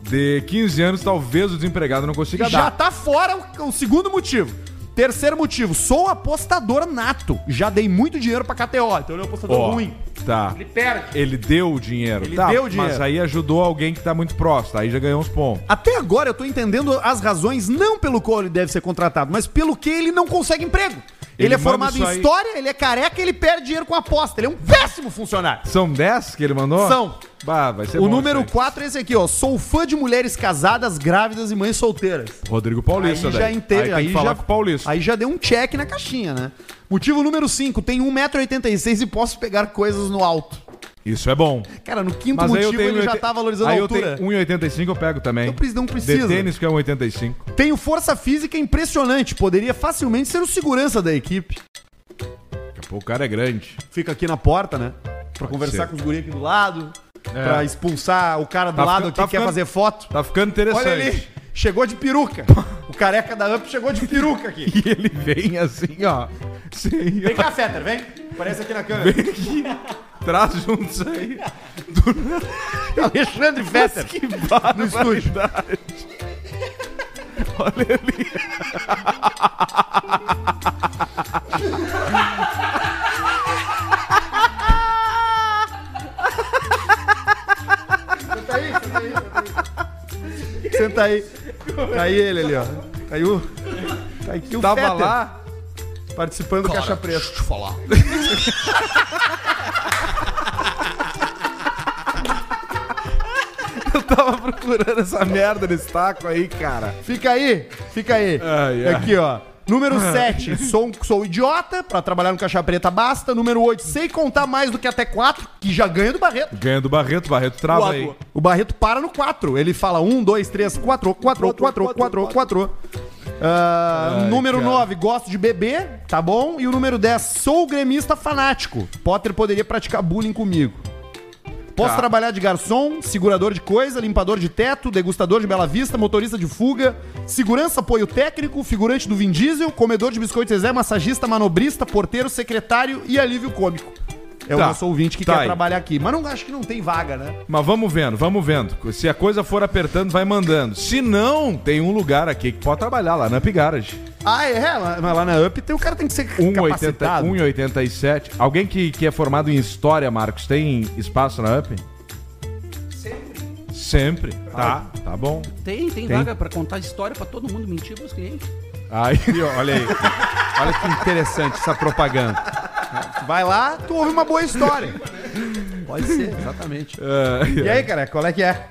S2: de 15 anos, talvez o desempregado não consiga
S1: Já
S2: dar.
S1: tá fora o, o segundo motivo. Terceiro motivo, sou apostador nato. Já dei muito dinheiro pra KTO, então ele é um apostador
S2: Ó,
S1: ruim.
S2: Tá.
S1: Ele perde.
S2: Ele deu o dinheiro.
S1: Ele
S2: Tá,
S1: deu o dinheiro.
S2: Mas aí ajudou alguém que tá muito próximo. Aí já ganhou uns pontos.
S1: Até agora eu tô entendendo as razões não pelo qual ele deve ser contratado, mas pelo que ele não consegue emprego. Ele,
S2: Ele
S1: é
S2: manda
S1: formado em
S2: isso aí.
S1: história, ele é careca, ele perde dinheiro com aposta. Ele é um péssimo funcionário.
S2: São 10 que ele mandou?
S1: São.
S2: Bah, vai ser
S1: o
S2: bom
S1: número
S2: isso
S1: 4 é esse aqui, ó. Sou fã de mulheres casadas, grávidas e mães solteiras.
S2: aí. Rodrigo Paulista,
S1: aí já
S2: daí.
S1: inteiro,
S2: Aí tem
S1: aí,
S2: que falar
S1: já,
S2: com o Paulista.
S1: aí já deu um check na caixinha, né? Motivo número 5, tenho 1,86m e posso pegar coisas no alto.
S2: Isso é bom.
S1: Cara, no quinto
S2: Mas aí eu
S1: motivo
S2: tenho...
S1: ele já
S2: 80
S1: tá valorizando
S2: aí
S1: a altura.
S2: eu tenho 1,85 eu pego também.
S1: Não precisa- não precisa.
S2: De tênis que é 1,85.
S1: Tenho força física impressionante, poderia facilmente ser o segurança da equipe.
S2: Daqui a pouco o cara é grande.
S1: Fica aqui na porta, né? Pra conversar
S2: ser.
S1: com os guri aqui do lado,
S2: É.
S1: pra expulsar o cara do
S2: Tá
S1: lado
S2: ficando-
S1: aqui
S2: tá
S1: que quer
S2: ficando-
S1: fazer foto.
S2: Tá ficando interessante.
S1: Olha ali, chegou de peruca. O O careca da UP chegou de peruca aqui.
S2: E ele vem assim, ó. Sem
S1: Vem cá, Fetter, vem. Aparece aqui na câmera.
S2: traz juntos aí.
S1: Alexandre Fetter.
S2: Que barbaridade.
S1: No estúdio.
S2: Olha ali.
S1: Senta aí. Tá aí ele ali, ó. Caiu. Tá aqui o
S2: Tava
S1: Fetter,
S2: lá.
S1: Participando do Caixa Preta.
S3: Deixa eu te falar.
S2: Eu tava procurando essa merda nesse taco aí, cara.
S1: Fica aí, fica aí.
S2: Ai, ai.
S1: Aqui, ó. Número 7, sou, um- sou idiota, pra trabalhar no Caixa Preta basta. Número 8, sei contar mais do que até 4, que já ganha do Barreto.
S2: Ganha do Barreto, Barreto trava
S3: Logo.
S2: aí.
S1: O Barreto para no 4. Ele fala 1, 2, 3, 4, 4, 4, 4, 4.
S2: Ai,
S1: Ah, número
S2: cara.
S1: 9, gosto de beber, tá bom? E o número 10, sou gremista fanático. Potter poderia praticar bullying comigo. Posso
S2: Tá.
S1: trabalhar de garçom, segurador de coisa, limpador de teto, degustador de Bela Vista, motorista de fuga, segurança, apoio técnico, figurante do Vin Diesel, comedor de biscoito Zezé, massagista, manobrista, porteiro, secretário e alívio cômico. É
S2: Tá.
S1: o nosso ouvinte que
S2: Tá
S1: quer
S2: aí.
S1: trabalhar aqui. Mas não acho que não tem vaga, né?
S2: Mas vamos vendo, vamos vendo. Se a coisa for apertando, vai mandando. Se não, tem um lugar aqui que pode trabalhar lá na Up Garage.
S1: Ah, é? Lá- Mas lá na UP tem, o cara tem que ser
S2: 1,80,
S1: capacitado.
S2: 1,87. Alguém que, que é formado em história, Marcos, tem espaço na UP? Sempre. Sempre. Tá, tá bom.
S5: Tem, tem vaga pra contar história pra todo mundo mentir pros clientes.
S2: Aí, ó, olha aí. Olha que interessante essa propaganda. um
S1: Vai lá, tu ouve uma boa história. Pode ser, exatamente. E aí, cara, qual é que é?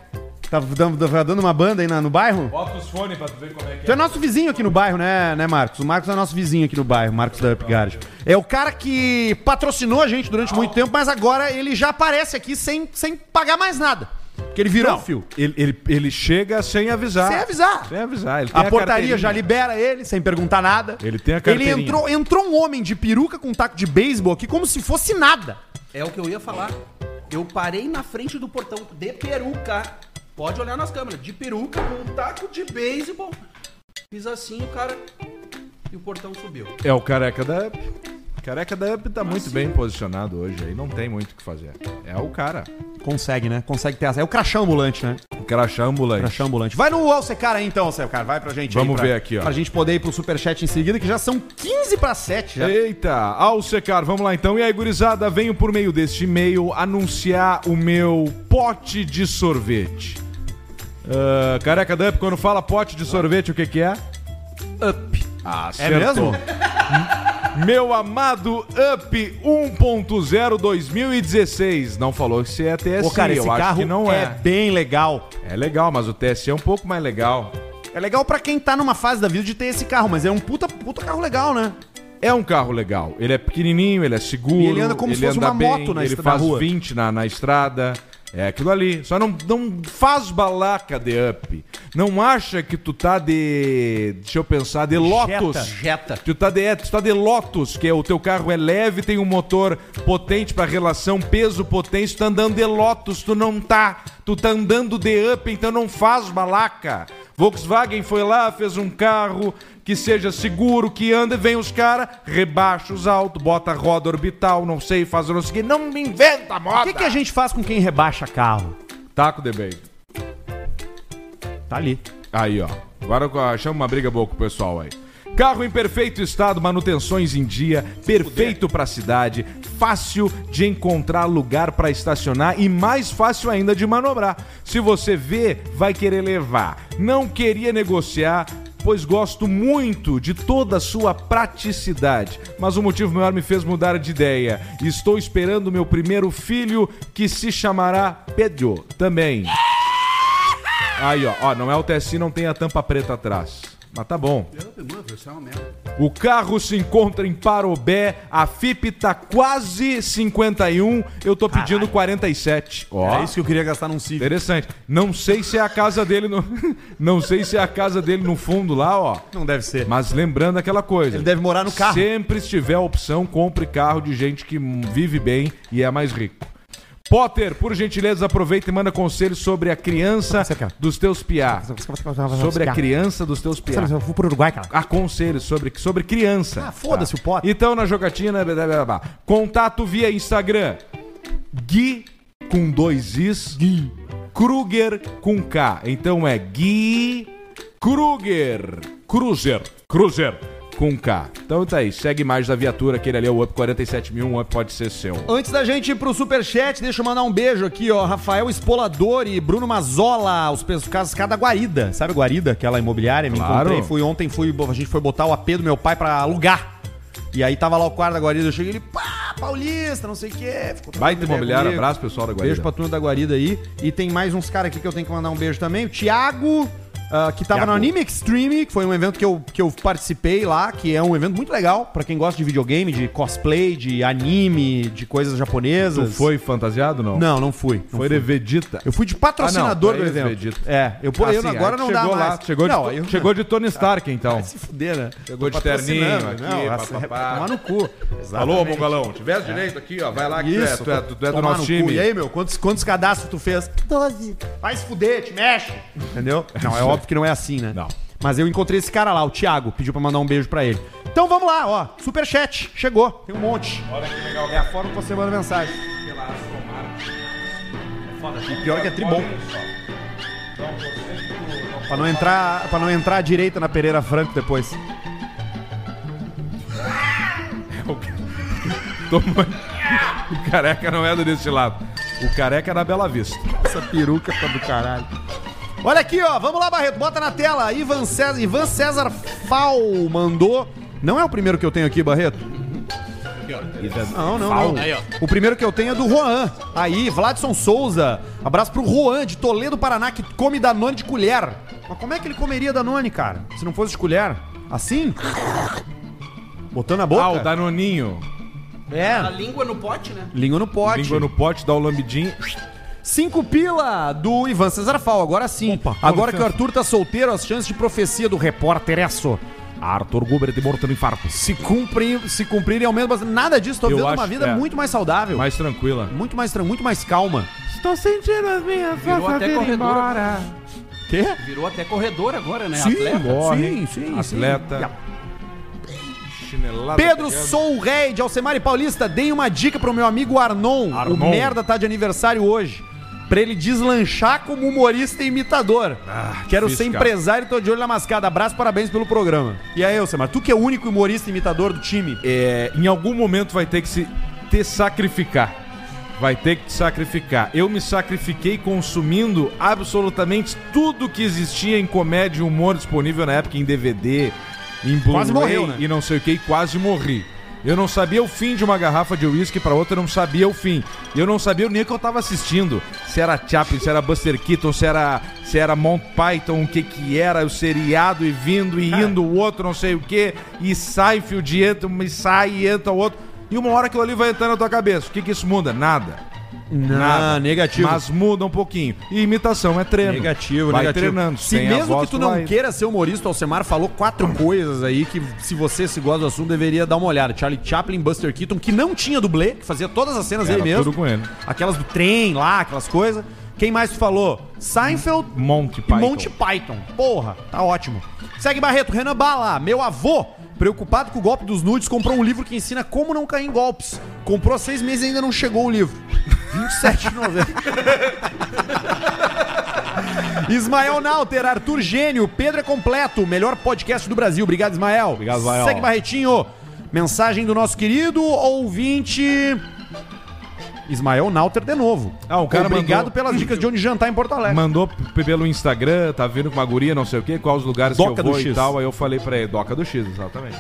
S1: Tá dando, tá dando uma banda aí na- no bairro?
S2: Bota os fones pra tu ver como é que
S1: Tu é nosso vizinho aqui no bairro, né, né, Marcos? O Marcos é nosso vizinho aqui no bairro, Marcos da Upgard. É o cara que patrocinou a gente durante muito tempo, mas agora ele já aparece aqui sem, sem pagar mais nada. Porque ele virou fio.
S2: Ele, ele, ele chega sem avisar.
S1: Sem avisar.
S2: Sem avisar. Ele tem
S1: A portaria
S2: carteirinha.
S1: já libera ele, sem perguntar nada.
S2: Ele tem a
S1: Ele
S2: carteirinha.
S1: entrou, entrou um homem de peruca com taco de beisebol aqui como se fosse nada.
S5: É o que eu ia falar. Eu parei na frente do portão de peruca. Pode olhar nas câmeras. De peruca, com um taco de beisebol. Fiz assim, o cara. E o portão subiu.
S2: É o careca da Up. Careca da Up tá muito bem posicionado hoje aí. Não tem muito o que fazer. É o cara.
S1: Consegue, né? Consegue ter essa. É o crachá ambulante, né?
S2: O crachá ambulante.
S1: Crachá ambulante. Vai no Alcecar aí então, Alcecar. Vai pra gente aí
S2: Vamos
S1: pra-
S2: ver aqui, ó.
S1: Pra gente poder ir pro superchat em seguida, que já são 15 pra 7 já. É
S2: Eita, ao secar, vamos lá então. E aí, gurizada, venho por meio deste e-mail anunciar o meu pote de sorvete. Ah, careca Dump, quando fala pote de sorvete, o que que é? Up. Ah, acertou.
S1: É mesmo?
S2: Meu amado Up 1.0 2016. Não falou se é TSI,
S1: Pô, cara, esse
S2: eu acho
S1: carro
S2: que não
S1: é.
S2: é.
S1: bem legal.
S2: É legal, mas o TSI é um pouco mais legal.
S1: É legal pra quem tá numa fase da vida de ter esse carro, mas é um puta, puta carro legal, né?
S2: É um carro legal. Ele é pequenininho, ele é seguro.
S1: E ele anda como se fosse uma moto na
S2: Ele
S1: estra- na
S2: faz
S1: rua.
S2: 20 na, na estrada. É aquilo ali. Só não, não faz balaca de up. Não acha que tu tá de. Deixa eu pensar, de Lotus.
S5: Jeta.
S2: Tu tá, de, é, tu tá de Lotus, que é, o teu carro é leve, tem um motor potente pra relação peso-potência. Tu tá andando de Lotus, tu não tá. Tu tá andando de up, então não faz balaca. Volkswagen foi lá, fez um carro que seja seguro, que anda, vem os caras, rebaixa os altos, bota a roda orbital, não sei, faz não sei o que. Não me inventa moda!
S1: O que, que a gente faz com quem rebaixa carro?
S2: Taco de bacon.
S1: Tá ali.
S2: Aí, ó. Agora eu- achamos uma briga boa com o pessoal aí. Carro em perfeito estado, manutenções em dia, perfeito pra cidade, fácil de encontrar lugar pra estacionar e mais fácil ainda de manobrar. Se você vê, vai querer levar. Não queria negociar, pois gosto muito de toda a sua praticidade. Mas o motivo maior me fez mudar de ideia. Estou esperando meu primeiro filho, que se chamará Pedro também. Aí, ó, ó, não é o TSI, não tem a tampa preta atrás. Mas tá bom. O carro se encontra em Parobé, a FIP tá quase 51, eu tô pedindo 47.
S5: É
S2: Ó,
S1: Era É isso que eu queria gastar num Civic.
S2: interessante. Não sei se é a casa dele no não sei se é a casa dele no fundo lá, ó.
S1: Não deve ser.
S2: Mas lembrando aquela coisa.
S1: Ele deve morar no carro.
S2: Sempre se tiver a opção, compre carro de gente que vive bem e é mais rico. Potter, por gentileza, aproveita e manda conselhos sobre a criança
S6: Você quer?
S2: dos teus piá. Sobre a criança dos teus piá.
S6: Eu vou pro Uruguai, cara.
S2: Há conselhos sobre, sobre criança.
S6: Ah, foda-se o Potter.
S2: Então, na jogatina, blá, blá, blá, blá. contato via Instagram. Gui com dois is. Gui. Kruger com K. Então é Gui Kruger. Cruiser. Cruiser com K. Então tá aí. Segue mais da viatura. Aquele ali é o Up 47000. Um Up pode ser seu.
S1: Antes da gente ir pro superchat, deixa eu mandar um beijo aqui, ó. Rafael Espolador e Bruno Mazola, os pessoas Cascada Guarida. Sabe a Guarida, aquela imobiliária? Me
S2: Claro.
S1: encontrei, fui ontem, fui, a gente foi botar o AP do meu pai pra alugar. E aí tava lá o quarto da Guarida, eu cheguei ele, pá, paulista, não sei o quê. Ficou
S2: Baita
S1: trocando ideia
S2: imobiliário.
S1: comigo.
S2: Abraço, pessoal da Guarida.
S1: é Beijo pra turma da Guarida aí. E tem mais uns caras aqui que eu tenho que mandar um beijo também. O Thiago, ah, que tava no Anime Extreme, que foi um evento que eu, que eu participei lá, que é um evento muito legal pra quem gosta de videogame, de cosplay, de anime, de coisas
S2: Tu
S1: japonesas.
S2: foi fantasiado ou não?
S1: Não, não fui. Não
S2: Foi de Vegeta.
S1: Eu fui de patrocinador
S2: Ah,
S1: do
S2: não, aí
S1: evento.
S2: eu acredito.
S1: É, eu, pô, eu
S2: Assim,
S1: agora
S2: aí
S1: não dá
S2: chegou lá,
S1: mais.
S2: Chegou,
S1: não,
S2: de,
S1: eu-
S2: chegou de Tony Stark, então.
S1: Vai se fuder, né?
S2: Chegou de
S1: Tô patrocinando,
S2: terninho aqui,
S1: não, essa-
S2: papapá.
S1: Tomar no cu.
S2: Alô, Mongalão, tivesse direito aqui, ó. Vai lá que tu é,
S1: É. Isso,
S2: tu é, tu é, do
S1: tomar
S2: nosso
S1: no
S2: time.
S1: cu. E aí, meu, quantos, quantos cadastros tu fez? 12. Vai se fuder, te mexe. Entendeu? Não, é óbvio que não é assim, né?
S2: Não.
S1: Mas eu encontrei esse cara lá, o Thiago, pediu pra mandar um beijo pra ele. Então vamos lá, ó. Superchat, chegou, tem um monte. Olha que legal. É a forma que você manda mensagem. E pior que é tribom. Então, é Pra não entrar, pra não entrar à direita na Pereira Franco depois.
S2: Toma- O careca não é do desse lado. O careca é da Bela Vista.
S1: Essa peruca tá do caralho. Olha aqui, ó. Vamos lá, Barreto. Bota na tela. Ivan César, Ivan César Fal mandou. Não é o primeiro que eu tenho aqui, Barreto? Não, não, não.
S3: Aí, ó.
S1: O primeiro que eu tenho é do Juan. Aí, Vladson Souza. Abraço pro Juan, de Toledo, Paraná, que come Danone de colher. Mas como é que ele comeria Danone, cara? Se não fosse de colher? Assim? Botando a boca?
S2: Ah, o Danoninho.
S5: A
S1: É.
S5: língua no pote, né?
S1: Língua no pote.
S2: Língua no pote, dá o lambidinho.
S1: Cinco pila do Ivan Cesar Fal, agora sim.
S2: com
S1: agora que o
S2: licença.
S1: Arthur tá solteiro, as chances de profecia do repórter é só.
S2: Arthur Guber de morto no infarto.
S1: Se cumprir, se cumprirem ao menos, mas nada disso, tô
S2: Eu
S1: vivendo uma
S2: acho-
S1: vida
S2: é.
S1: muito mais saudável.
S2: Mais tranquila.
S1: Muito mais tran- muito mais calma.
S2: Estou sentindo as minhas
S5: Virou até corredor.
S1: Quê?
S5: Virou até corredor agora, né?
S1: Sim,
S5: Atleta.
S1: sim, sim, sim.
S2: Atleta. É Chinelada.
S1: Pedro
S2: pegando.
S1: Sou Rei de Alcemar e Paulista, deem uma dica pro meu amigo Arnon.
S2: Arnon.
S1: O merda tá de aniversário hoje. Pra ele deslanchar como humorista e imitador. Quero
S2: Ah, difícil,
S1: ser
S2: cara.
S1: empresário e tô de olho na mascada. Abraço, parabéns pelo programa. E aí, Alcemar, tu que é o único humorista e imitador do time.
S2: É, em algum momento vai ter que se te sacrificar. Vai ter que te sacrificar. Eu me sacrifiquei consumindo absolutamente tudo que existia em comédia e humor disponível na época, em DVD, em
S1: Quase morreu,
S2: Blu-ray
S1: né?
S2: e não sei o que, e quase morri. Eu não sabia o fim de uma garrafa de uísque pra outra, eu não sabia o fim. Eu não sabia nem o que eu tava assistindo. Se era Chaplin, se era Buster Keaton, se era, se era Mount Python, o que que era, o seriado e vindo e indo, o outro não sei o que, e sai fio de entra, e sai e entra o outro. E uma hora aquilo ali vai entrando na tua cabeça. O que que isso muda? Nada. Nada.
S1: Ah, negativo.
S2: Mas muda um pouquinho. E imitação é treino.
S1: Negativo,
S2: vai
S1: negativo.
S2: treinando.
S1: Se
S2: Sem a
S1: mesmo
S2: voz,
S1: que tu
S2: tu
S1: não
S2: vai. Hum.
S1: queira ser humorista, o Alcemar falou quatro coisas aí que, se você se gosta do assunto, deveria dar uma olhada. Charlie Chaplin, Buster Keaton, que não tinha dublê, que fazia todas as cenas
S2: Era
S1: ele mesmo.
S2: tudo com ele.
S1: Aquelas do trem lá, aquelas coisas. Quem mais tu falou? Seinfeld
S2: Monty
S1: e
S2: Python.
S1: Monty Python. Porra, tá ótimo. Segue Barreto, Renan Bala, meu avô. Preocupado com o golpe dos nudes, comprou um livro que ensina como não cair em golpes. Comprou há seis meses e ainda não chegou o livro. 27,90. Ismael Nauter, Arthur Gênio, Pedro é completo, melhor podcast do Brasil. Obrigado, Ismael.
S2: Obrigado, Ismael.
S1: Segue Barretinho. Mensagem do nosso querido ouvinte. Ismael Nauter de novo.
S2: Ah, o cara
S1: Obrigado
S2: mandou-
S1: pelas dicas de onde jantar em Porto Alegre.
S2: Mandou p- pelo Instagram, tá vindo com uma guria, não sei o que, quais os lugares
S1: Doca
S2: que eu
S1: do
S2: vou e
S1: X.
S2: tal. Aí eu falei pra ele, Doca do X, exatamente.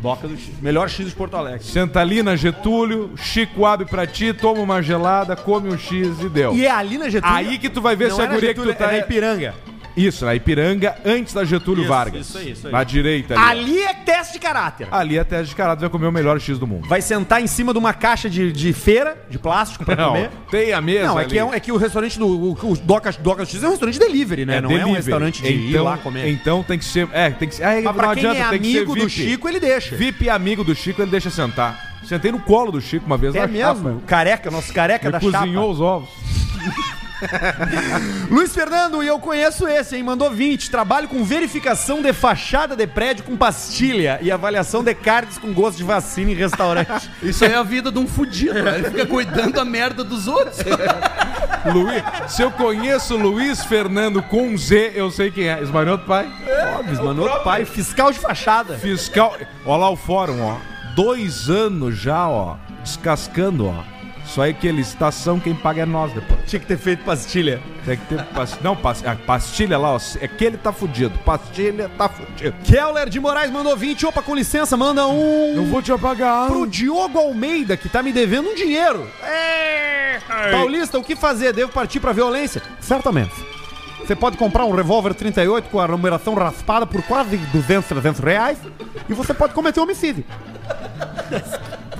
S1: Doca do X. Melhor X de Porto Alegre.
S2: Santalina, Getúlio, Chico abre pra ti, toma uma gelada, come um X e deu.
S1: E é ali na Getúlio.
S2: Aí que tu vai ver
S1: Não
S2: se a
S1: é na
S2: guria
S1: Getúlio,
S2: que tu tá...
S1: é na Ipiranga.
S2: Isso, na Ipiranga, antes da Getúlio
S1: Isso,
S2: Vargas.
S1: isso aí, isso aí.
S2: Na direita ali. ó.
S1: Ali é teste de caráter.
S2: Ali até de caralho vai comer o melhor X do mundo.
S1: Vai sentar em cima de uma caixa de, de feira, de plástico, pra comer.
S2: tem a mesa
S1: Não, é
S2: ali.
S1: que, é, um- é que o restaurante do. O, o Doca, Doca X é um restaurante delivery, né? não é um
S2: delivery.
S1: restaurante de ir
S2: Então-
S1: lá comer.
S2: Então tem que ser... É, tem que ser... É,
S1: Mas pra quem é
S2: tem que ser
S1: amigo do
S2: VIP.
S1: Chico, ele deixa.
S2: VIP e amigo do Chico, ele deixa sentar. Sentei no colo do Chico uma vez
S1: É
S2: na
S1: mesmo?
S2: chapa.
S1: Careca, nosso careca
S2: Ele
S1: da
S2: cozinhou os ovos.
S1: chapa. Luiz Fernando, e eu conheço esse, hein? Mandou 20. Trabalho com verificação de fachada de prédio com pastilha e avaliação de cards com gosto de vacina em restaurante.
S5: Isso aí é a vida de um fudido, né? Ele fica cuidando da merda dos outros.
S2: Luiz, se eu conheço Luiz Fernando com Z, eu sei quem é. Esmarioto Pai.
S1: Óbvio, mano, outro pai, fiscal de fachada.
S2: Fiscal. Ó lá o fórum, ó. Dois anos já, ó. Descascando, ó. Só é que ele estação, quem paga é nós depois.
S1: Tinha que ter feito pastilha.
S2: Tem que ter pastilha. Não, pas- a pastilha lá, ó. É que ele tá fudido. Pastilha tá fudido.
S1: Keller de Moraes mandou 20. Opa, com licença, manda um.
S2: Eu vou te apagar.
S1: pro Diogo Almeida, que tá me devendo um dinheiro.
S2: É.
S1: Paulista, o que fazer? Devo partir pra violência? Certamente. Você pode comprar um revólver 38 com a numeração raspada por quase 200, 300 reais e você pode cometer homicídio.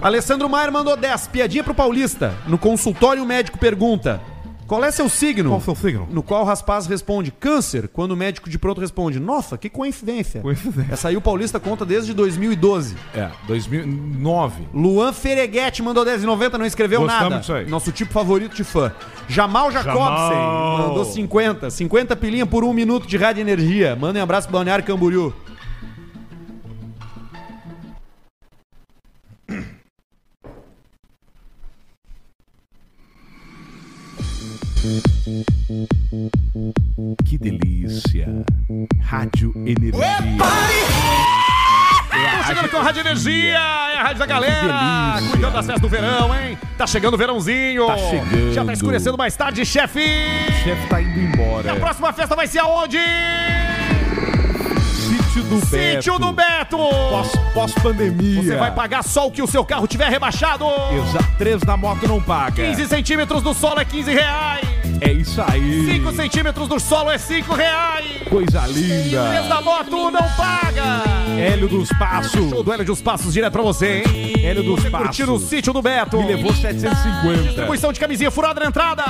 S1: Alessandro Maier mandou 10. Piadinha pro Paulista. No consultório, o médico pergunta: Qual é seu signo?
S2: Qual o seu signo?
S1: No qual o Raspaz responde câncer, quando o médico de pronto responde: Nossa, que coincidência.
S2: Coincidência.
S1: Essa aí o Paulista conta desde 2012.
S2: É, 2009.
S1: Luan Fereguete mandou 10,90, não escreveu
S2: Gostamos
S1: nada.
S2: disso aí.
S1: Nosso tipo favorito de fã. Jamal Jacobsen
S2: Jamal.
S1: mandou 50. 50 pilinha por um minuto de rádio energia. Mandem um abraço pro Balneário Camboriú.
S2: Que delícia. Rádio Energia. É, Tá
S1: Estamos chegando com a Rádio Energia, é a rádio da galera.
S2: delícia.
S1: Cuidando das festas do verão, hein? Tá chegando o verãozinho.
S2: Tá chegando.
S1: Já tá escurecendo mais tarde, chefe.
S2: O chefe tá indo embora.
S1: A próxima festa vai ser aonde?
S2: Sítio do
S1: Sítio do Beto.
S2: Pós- Pós-pandemia.
S1: Você vai pagar só o que o seu carro tiver rebaixado.
S2: Exa- Três da moto não paga.
S1: 15 centímetros do solo é 15 reais.
S2: É isso aí.
S1: 5 centímetros do solo é 5 reais.
S2: Coisa
S1: Preço
S2: linda.
S1: da moto não paga.
S2: Hélio dos
S1: Show
S2: Passos.
S1: do Hélio dos Passos direto pra você, hein?
S2: Hélio dos
S1: Curtir o
S2: Passos.
S1: sítio do Beto.
S2: Me levou 750.
S1: Distribuição de camisinha furada na entrada.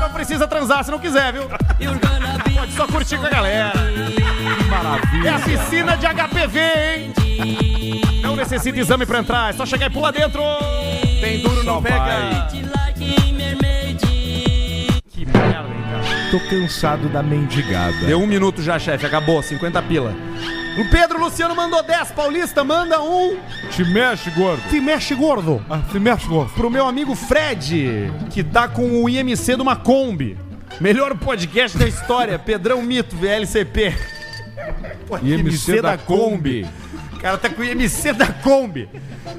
S1: Não precisa transar se não quiser, viu? Pode só curtir com a galera. É a piscina de HPV, hein? Não necessita exame pra entrar, é só chegar e pular dentro.
S5: Tem duro
S2: Só
S5: não pega.
S2: vai. Tô cansado da mendigada.
S1: Deu um minuto já, chefe. Acabou, 50 pila. O Pedro Luciano mandou 10. Paulista, manda um.
S2: Te mexe, gordo.
S1: Te mexe, gordo.
S2: Ah, te mexe, gordo.
S1: Pro meu amigo Fred, que tá com o IMC de uma Kombi. Melhor podcast da história, Pedrão Mito, VLCP. Pô,
S2: IMC da Kombi.
S1: O cara tá com o IMC da Kombi.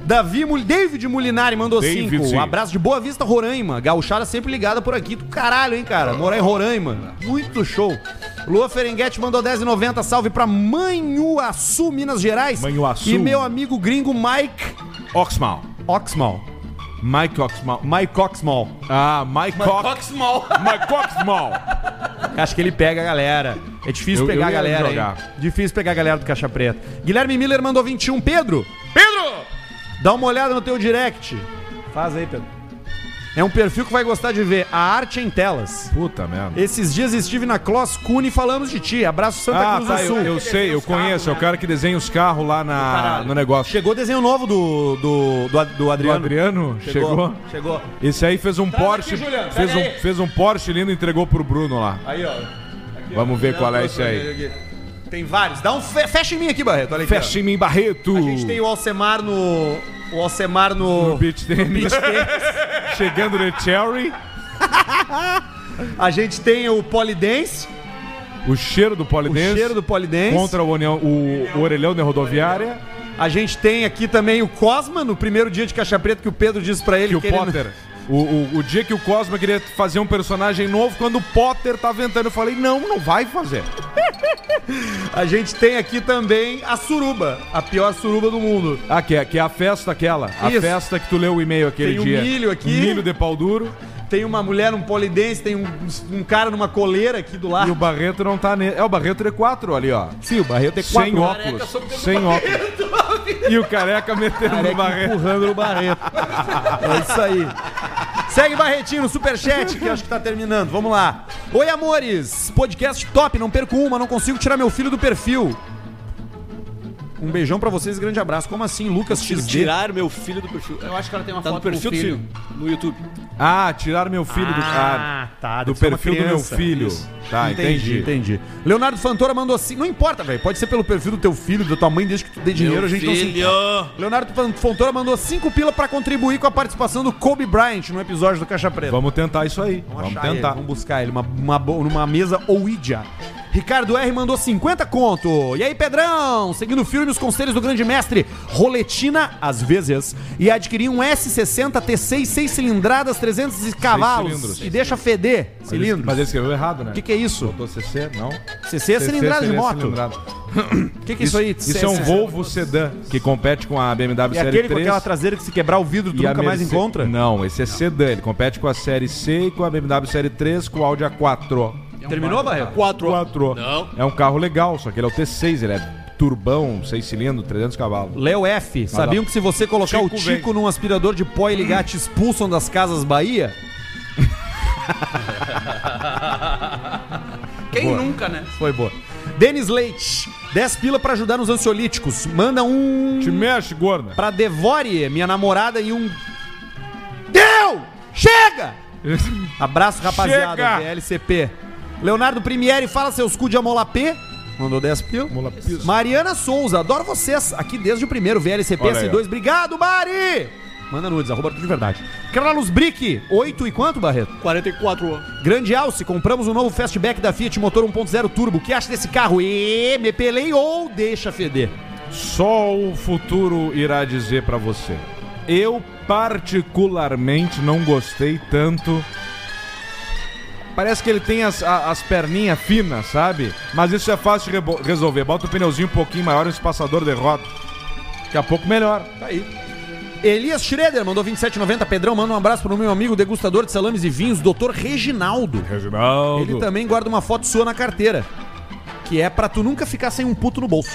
S1: Davi, Mul- David Mulinari mandou
S2: David.
S1: 5. Um abraço de Boa Vista, Roraima. Gauchada sempre ligada por aqui. Do caralho, hein, cara? Morar em Roraima. Muito show. Lua Ferenguete mandou 10,90. Salve pra Manhuaçu, Minas Gerais.
S2: Manhuaçu.
S1: E meu amigo gringo Mike
S2: Oxmal.
S1: Oxmal.
S2: Mike Oxmal.
S1: Mike Oxmal.
S2: Ah, Mike Ox.
S5: Cox mal.
S2: Mike Oxmal.
S1: Acho que ele pega a galera. É difícil
S2: Eu-
S1: pegar
S2: eu
S1: a
S2: ia
S1: galera, hein?
S2: jogar.
S1: Difícil pegar a galera do Caixa Preta. Guilherme Miller mandou 21. Pedro! Pedro! Dá uma olhada no teu direct. Faz aí, Pedro. É um perfil que vai gostar de ver. A arte em telas.
S2: Puta merda.
S1: Esses dias estive na Closs Cune e falamos de ti. Abraço Santa
S2: Ah,
S1: Cruz
S2: tá,
S1: do
S2: eu,
S1: Sul. né?
S2: eu sei, eu conheço. É o cara que desenha os carros lá na, no negócio.
S1: Chegou o desenho novo do, do, do, do
S2: O
S1: Adriano.
S2: Adriano chegou.
S1: Chegou. Tá
S2: Esse aí fez um Porsche.
S5: aqui, Juliano,
S2: fez,
S5: pega
S2: um,
S5: aí.
S2: fez um Porsche lindo e entregou pro Bruno lá.
S1: Aí, ó.
S2: Vamos ver qual é esse aí.
S1: Tem vários. Dá um fe- fecha em mim aqui, Barreto. Olha aqui, ó.
S2: Fecha em mim, Barreto.
S1: A gente tem o Alcemar no. O Alcemar no.
S2: No beach tênis. Chegando no Cherry.
S1: A gente tem o Polidense,
S2: O cheiro do
S1: o
S2: Polidense.
S1: cheiro do Polidense.
S2: Contra o, União- o, o orelhão da rodoviária.
S1: A gente tem aqui também o Cosma, no primeiro dia de Caixa Preta, que o Pedro disse pra ele
S2: Que o
S1: ele-
S2: Potter. O, o, o dia que o Cosma queria fazer um personagem novo, quando o Potter tava entrando, eu falei: não, não vai fazer.
S1: A gente tem aqui também a Suruba, a pior suruba do mundo.
S2: Ah, que é, que é a festa aquela. A
S1: Isso.
S2: festa que tu leu o e-mail aquele
S1: Tem o
S2: dia. Um
S1: milho aqui.
S2: Milho de pau duro.
S1: Tem uma mulher num Polidense, tem um, um cara numa coleira aqui do
S2: E
S1: lado.
S2: o Barreto não tá nele. É o Barreto E4 ali, ó.
S1: Sim, o Barreto é
S2: Sem
S1: quatro.
S2: óculos. Sem óculos. E o careca metendo
S1: Careca
S2: no Barreto.
S1: empurrando o Barreto. é isso aí. Segue Barretinho no Superchat, que eu acho que tá terminando. Vamos lá. Oi, amores. Podcast top, não perco uma, não consigo tirar meu filho do perfil. Um beijão pra vocês, grande abraço. Como assim, Lucas XD?
S3: Tirar meu filho do perfil.
S5: Eu um acho que ela tem uma
S3: Tá no
S5: foto com o
S3: perfil do filho, no YouTube.
S2: Ah, tiraram meu filho do cara.
S1: tá.
S2: do
S1: deve ser uma
S2: perfil do meu
S1: criança.
S2: filho. Tá,
S1: Entendi,
S2: entendi.
S1: entendi. Leonardo Fantora mandou assim. Não importa, velho. Pode ser pelo perfil do teu filho, da tua mãe, desde que tu dê dinheiro, a gente não se
S3: filho.
S1: Leonardo Fan- Fontoura mandou cinco pila pra contribuir com a participação do Kobe Bryant no episódio do Caixa Preta.
S2: Vamos tentar isso aí. Vamos,
S1: achar ele,
S2: tentar.
S1: vamos buscar ele uma, uma, bo- numa mesa Ouija. Ricardo R mandou 50 conto. E aí, Pedrão? Seguindo firme os conselhos do grande mestre, roletina às vezes e adquirir um S60 T6 6 cilindradas 300
S2: cilindros.
S1: cavalos e deixa feder cilindros.
S2: Mas ele escreveu errado, né?
S1: O que, que é isso?
S2: Botou CC? Não.
S1: CC é cilindrada de
S2: seria
S1: moto.
S2: cilindrada.
S1: O que, que é isso,
S2: Isso,
S1: aí?
S2: isso é um Volvo sedã que compete com a
S1: É
S2: BMW Série
S1: aquele com
S2: 3.
S1: aquela traseira que se quebrar o vidro tu
S2: e a
S1: nunca mais
S2: Merce-
S1: encontra?
S2: Não, esse é sedã. Ele compete com a Série C e com a BMW Série 3, com o Audi A4.
S1: Terminou, Barreto?
S3: Quatro.
S2: 4.
S3: Não.
S2: É um carro legal, só que ele é o T6, ele é turbão, 6 cilindros, 300 cavalos.
S1: Léo F. Sabiam que se você colocar o
S2: Tico
S1: Tico num aspirador de pó e ligar, te expulsam das casas Bahia?
S5: Quem nunca, né?
S1: Foi boa. Denis Leite. 10 pila pra ajudar nos ansiolíticos. Manda um
S2: Te mexe, gorda.
S1: pra Devore, minha namorada, e um... Deu! Chega! Abraço, rapaziada.
S2: Chega!
S1: VLCP. Leonardo Primieri, fala seus cu de amolapê. Mandou 10 pila.
S2: Mola piso.
S1: Mariana Souza, adoro vocês. Aqui desde o primeiro VLCP
S2: Olha aí, ó.
S1: S2. Obrigado, Mari! Manda nudes, arroba tudo de verdade. Carlos Brick, 8 e quanto, Barreto?
S3: 44.
S1: Grande Alce, compramos um novo Fastback da Fiat motor 1.0 turbo. O que acha desse carro? E me pelei ou deixa feder?
S2: Só o futuro irá dizer pra você. Eu particularmente não gostei tanto. Parece que ele tem as, a- as perninhas finas, sabe? Mas isso é fácil de rebo- resolver. Bota o pneuzinho um pouquinho maior e um espaçador de roda. Daqui a pouco melhor.
S1: Elias Schroeder mandou 27,90. Pedrão, manda um abraço pro meu amigo degustador de salames e vinhos, Dr. Reginaldo.
S2: Reginaldo.
S1: Ele também guarda uma foto sua na carteira. Que é pra tu nunca ficar sem um puto no bolso.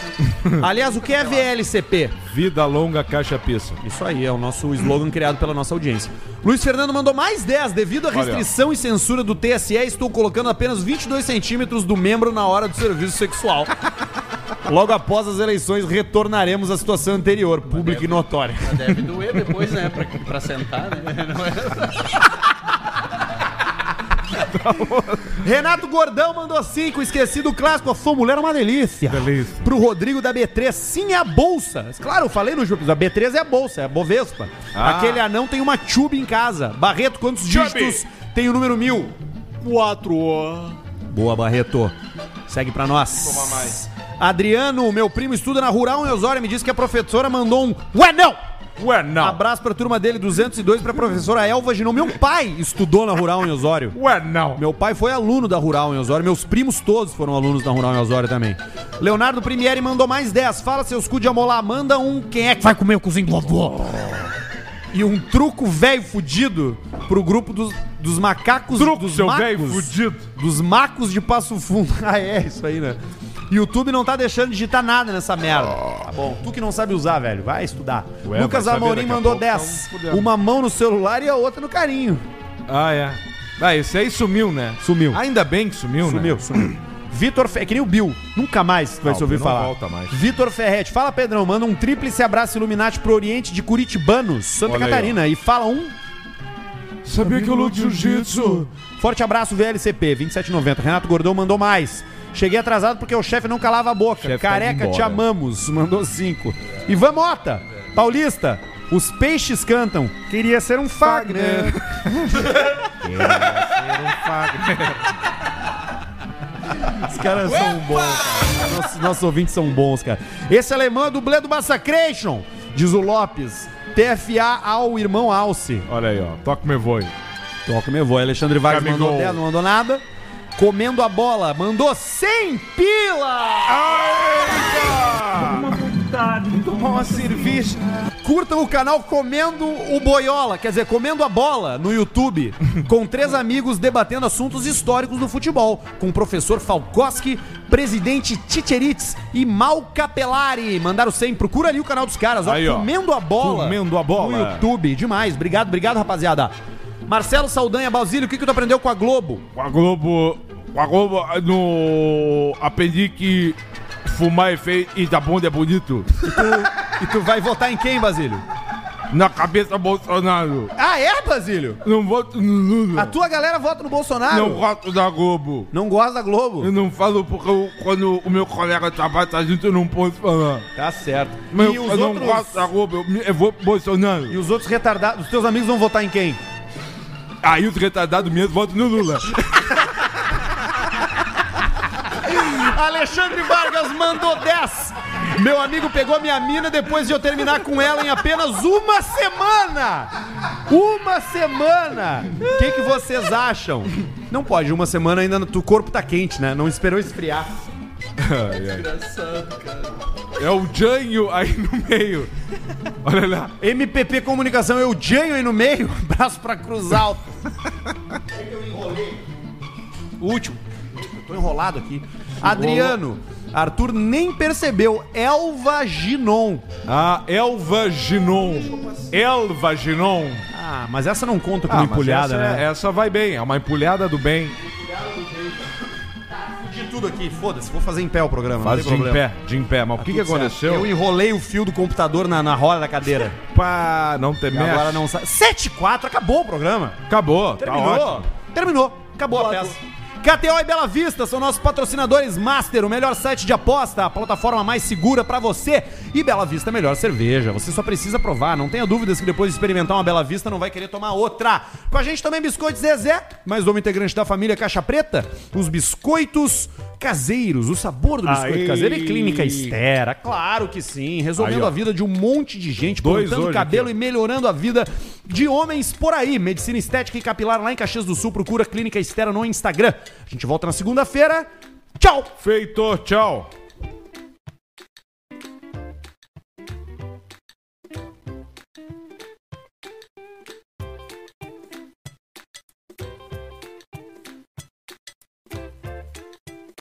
S1: Aliás, o que é VLCP?
S2: Vida longa, caixa pista.
S1: Isso aí, é o nosso slogan criado pela nossa audiência. Luiz Fernando mandou mais 10. Devido à
S2: Olha.
S1: restrição e censura do TSE, estou colocando apenas 22 centímetros do membro na hora do serviço sexual. Logo após as eleições, retornaremos à situação anterior, pública e notória.
S5: Deve doer depois, né? Pra, pra sentar, né? Não é?
S1: Renato Gordão mandou 5, esqueci do clássico. A sua mulher é uma delícia.
S2: Delícia.
S1: Pro Rodrigo da B3, sim, é a bolsa. Claro, eu falei no episódio, a B3 é a bolsa, é a Bovespa.
S2: Ah.
S1: Aquele anão tem uma tube em casa. Barreto, quantos dígitos tem o número mil?
S3: 4.
S1: Boa, Barreto. Segue pra nós. Toma mais. Adriano, meu primo estuda na Rural em Osório, me disse que a professora mandou um Ué, não!
S2: Ué, não.
S1: Abraço pra turma dele, 202, pra professora Elva Ginon. Meu pai estudou na Rural em Osório.
S2: Ué, não.
S1: Meu pai foi aluno da Rural em Osório. Meus primos todos foram alunos da Rural em Osório também. Leonardo Primieri mandou mais 10. Fala seus cu de amolá. Manda um quem é que vai comer o cozinho do avô. E um truco velho fudido pro grupo dos, dos macacos
S2: Truco,
S1: dos
S2: seu
S1: macos-
S2: velho fudido.
S1: Dos macos de Passo Fundo. Ah, é isso aí, né? YouTube não tá deixando de digitar nada nessa merda. Tá bom. Tu que não sabe usar, velho. Vai estudar.
S2: Oh. Ué,
S1: Lucas
S2: vai saber,
S1: Amorim
S2: daqui a
S1: mandou
S2: pouco tá
S1: 10.
S2: um fudendo.
S1: Uma mão no celular e a outra no carinho.
S2: Ah, é. Ah, esse aí sumiu, né?
S1: Sumiu.
S2: Ainda bem que sumiu,
S1: Sumiu,
S2: né?
S1: sumiu. Vitor Ferretti, que nem o Bill, nunca mais vai
S2: Não,
S1: se ouvir
S2: o Bill não
S1: falar.
S2: volta mais.
S1: Vitor Ferretti, fala Pedrão, manda um tríplice abraço Illuminati pro Oriente de Curitibanos, Santa
S2: Olha aí,
S1: Catarina, e fala um
S2: Sabia que eu luto jiu-jitsu.
S1: forte abraço VLCP, 2790. Renato Gordão mandou mais. Cheguei atrasado porque o chefe não calava a boca.
S2: Chefe tá indo
S1: Careca,
S2: embora.
S1: te amamos, mandou cinco. Ivan Mota, paulista, os peixes cantam. Queria ser um Fagner. Os caras são bons, cara. Nossos, nossos ouvintes são bons, cara. Esse alemão é dublê do Massacration, diz o Lopes. TFA ao irmão Alce.
S2: Olha aí, ó. Toca me voe.
S1: Toca meu avô. Alexandre Vargas
S2: Camigol.
S1: mandou 10, não mandou nada. Comendo a bola, mandou 100 pila!
S2: Tomar uma cerveja.
S1: Curtam o canal Comendo o Boiola, quer dizer, Comendo a Bola no YouTube, com três amigos debatendo assuntos históricos do futebol, com o professor Falkoski, presidente Ticheritz e Mal Capelari. Mandaram 100, procura ali o canal dos caras, ó,
S2: Aí, ó.
S1: Comendo a Bola.
S2: Comendo a Bola.
S1: No YouTube, demais. Obrigado, obrigado, rapaziada. Marcelo Saldanha Basílio, o que, que tu aprendeu com a Globo?
S2: Com a Globo. Com a Globo no. Aprendi que fumar é feio e da bunda é bonito.
S1: E tu vai votar em quem, Basílio?
S2: Na cabeça Bolsonaro.
S1: Ah, é, Basílio?
S2: Não voto no
S1: A
S2: Lula.
S1: tua galera vota no Bolsonaro?
S2: Não voto da Globo.
S1: Não gosta da Globo?
S2: Eu não falo porque eu- quando o meu colega trabalha tá junto, eu não posso falar.
S1: Tá certo.
S2: Mas
S1: e,
S2: eu,
S1: os
S2: eu não
S1: outros,
S2: gosto da Globo, eu, me- eu vou pro Bolsonaro.
S1: e os outros retardados, os teus amigos vão votar em quem?
S2: Aí os retardados mesmo votam no Lula.
S1: Alexandre Vargas mandou 10. Meu amigo pegou minha mina depois de eu terminar com ela em apenas uma semana. Uma semana. O que, que vocês acham? Não pode, uma semana ainda no- o corpo tá quente, né? Não esperou esfriar.
S2: É o Janho aí no meio. Olha lá.
S1: MPP Comunicação, eu janho aí no meio. Braço pra cruz alto. É Último. Eu tô enrolado aqui. Adriano, Arthur nem percebeu. Elva Ginon.
S2: A Ah, Elva Ginon. Elva Ginon.
S1: Ah, mas essa não conta como
S2: Ah, mas
S1: empulhada,
S2: essa,
S1: né?
S2: essa vai bem, é uma empulhada do bem.
S1: de tudo aqui, foda-se, vou fazer em pé o programa,
S2: é- Faz de
S1: não tem
S2: em
S1: problema. Tá
S2: pé, de em pé. Mas o que, que
S1: Tudo certo.
S2: aconteceu?
S1: Eu enrolei o fio do computador na, na roda da cadeira.
S2: Pá, não tem
S1: E
S2: mexe.
S1: agora não sai. 7 4 acabou o programa.
S2: Acabou, tá
S1: Terminou.
S2: ótimo.
S1: Terminou. Acabou a peça. KTO e Bela Vista são nossos patrocinadores Master, o melhor site de aposta, a plataforma mais segura pra você. E Bela Vista, é a melhor cerveja. Você só precisa provar. Não tenha dúvidas que depois de experimentar uma Bela Vista, não vai querer tomar outra. Com a gente também Biscoitos Zezé, mais um integrante da família Caixa Preta. Os biscoitos caseiros, o sabor do biscoito
S2: Aí.
S1: caseiro e clínica Estera. Claro que sim, resolvendo
S2: Aí, ó.
S1: a vida de um monte de gente,
S2: Dois
S1: plantando
S2: hoje
S1: cabelo e
S2: aqui, ó.
S1: e melhorando a vida de homens por aí. Medicina estética e capilar lá em Caxias do Sul. Procura Clínica Estera no Instagram. A gente volta na segunda-feira. Tchau!
S2: Feito, tchau.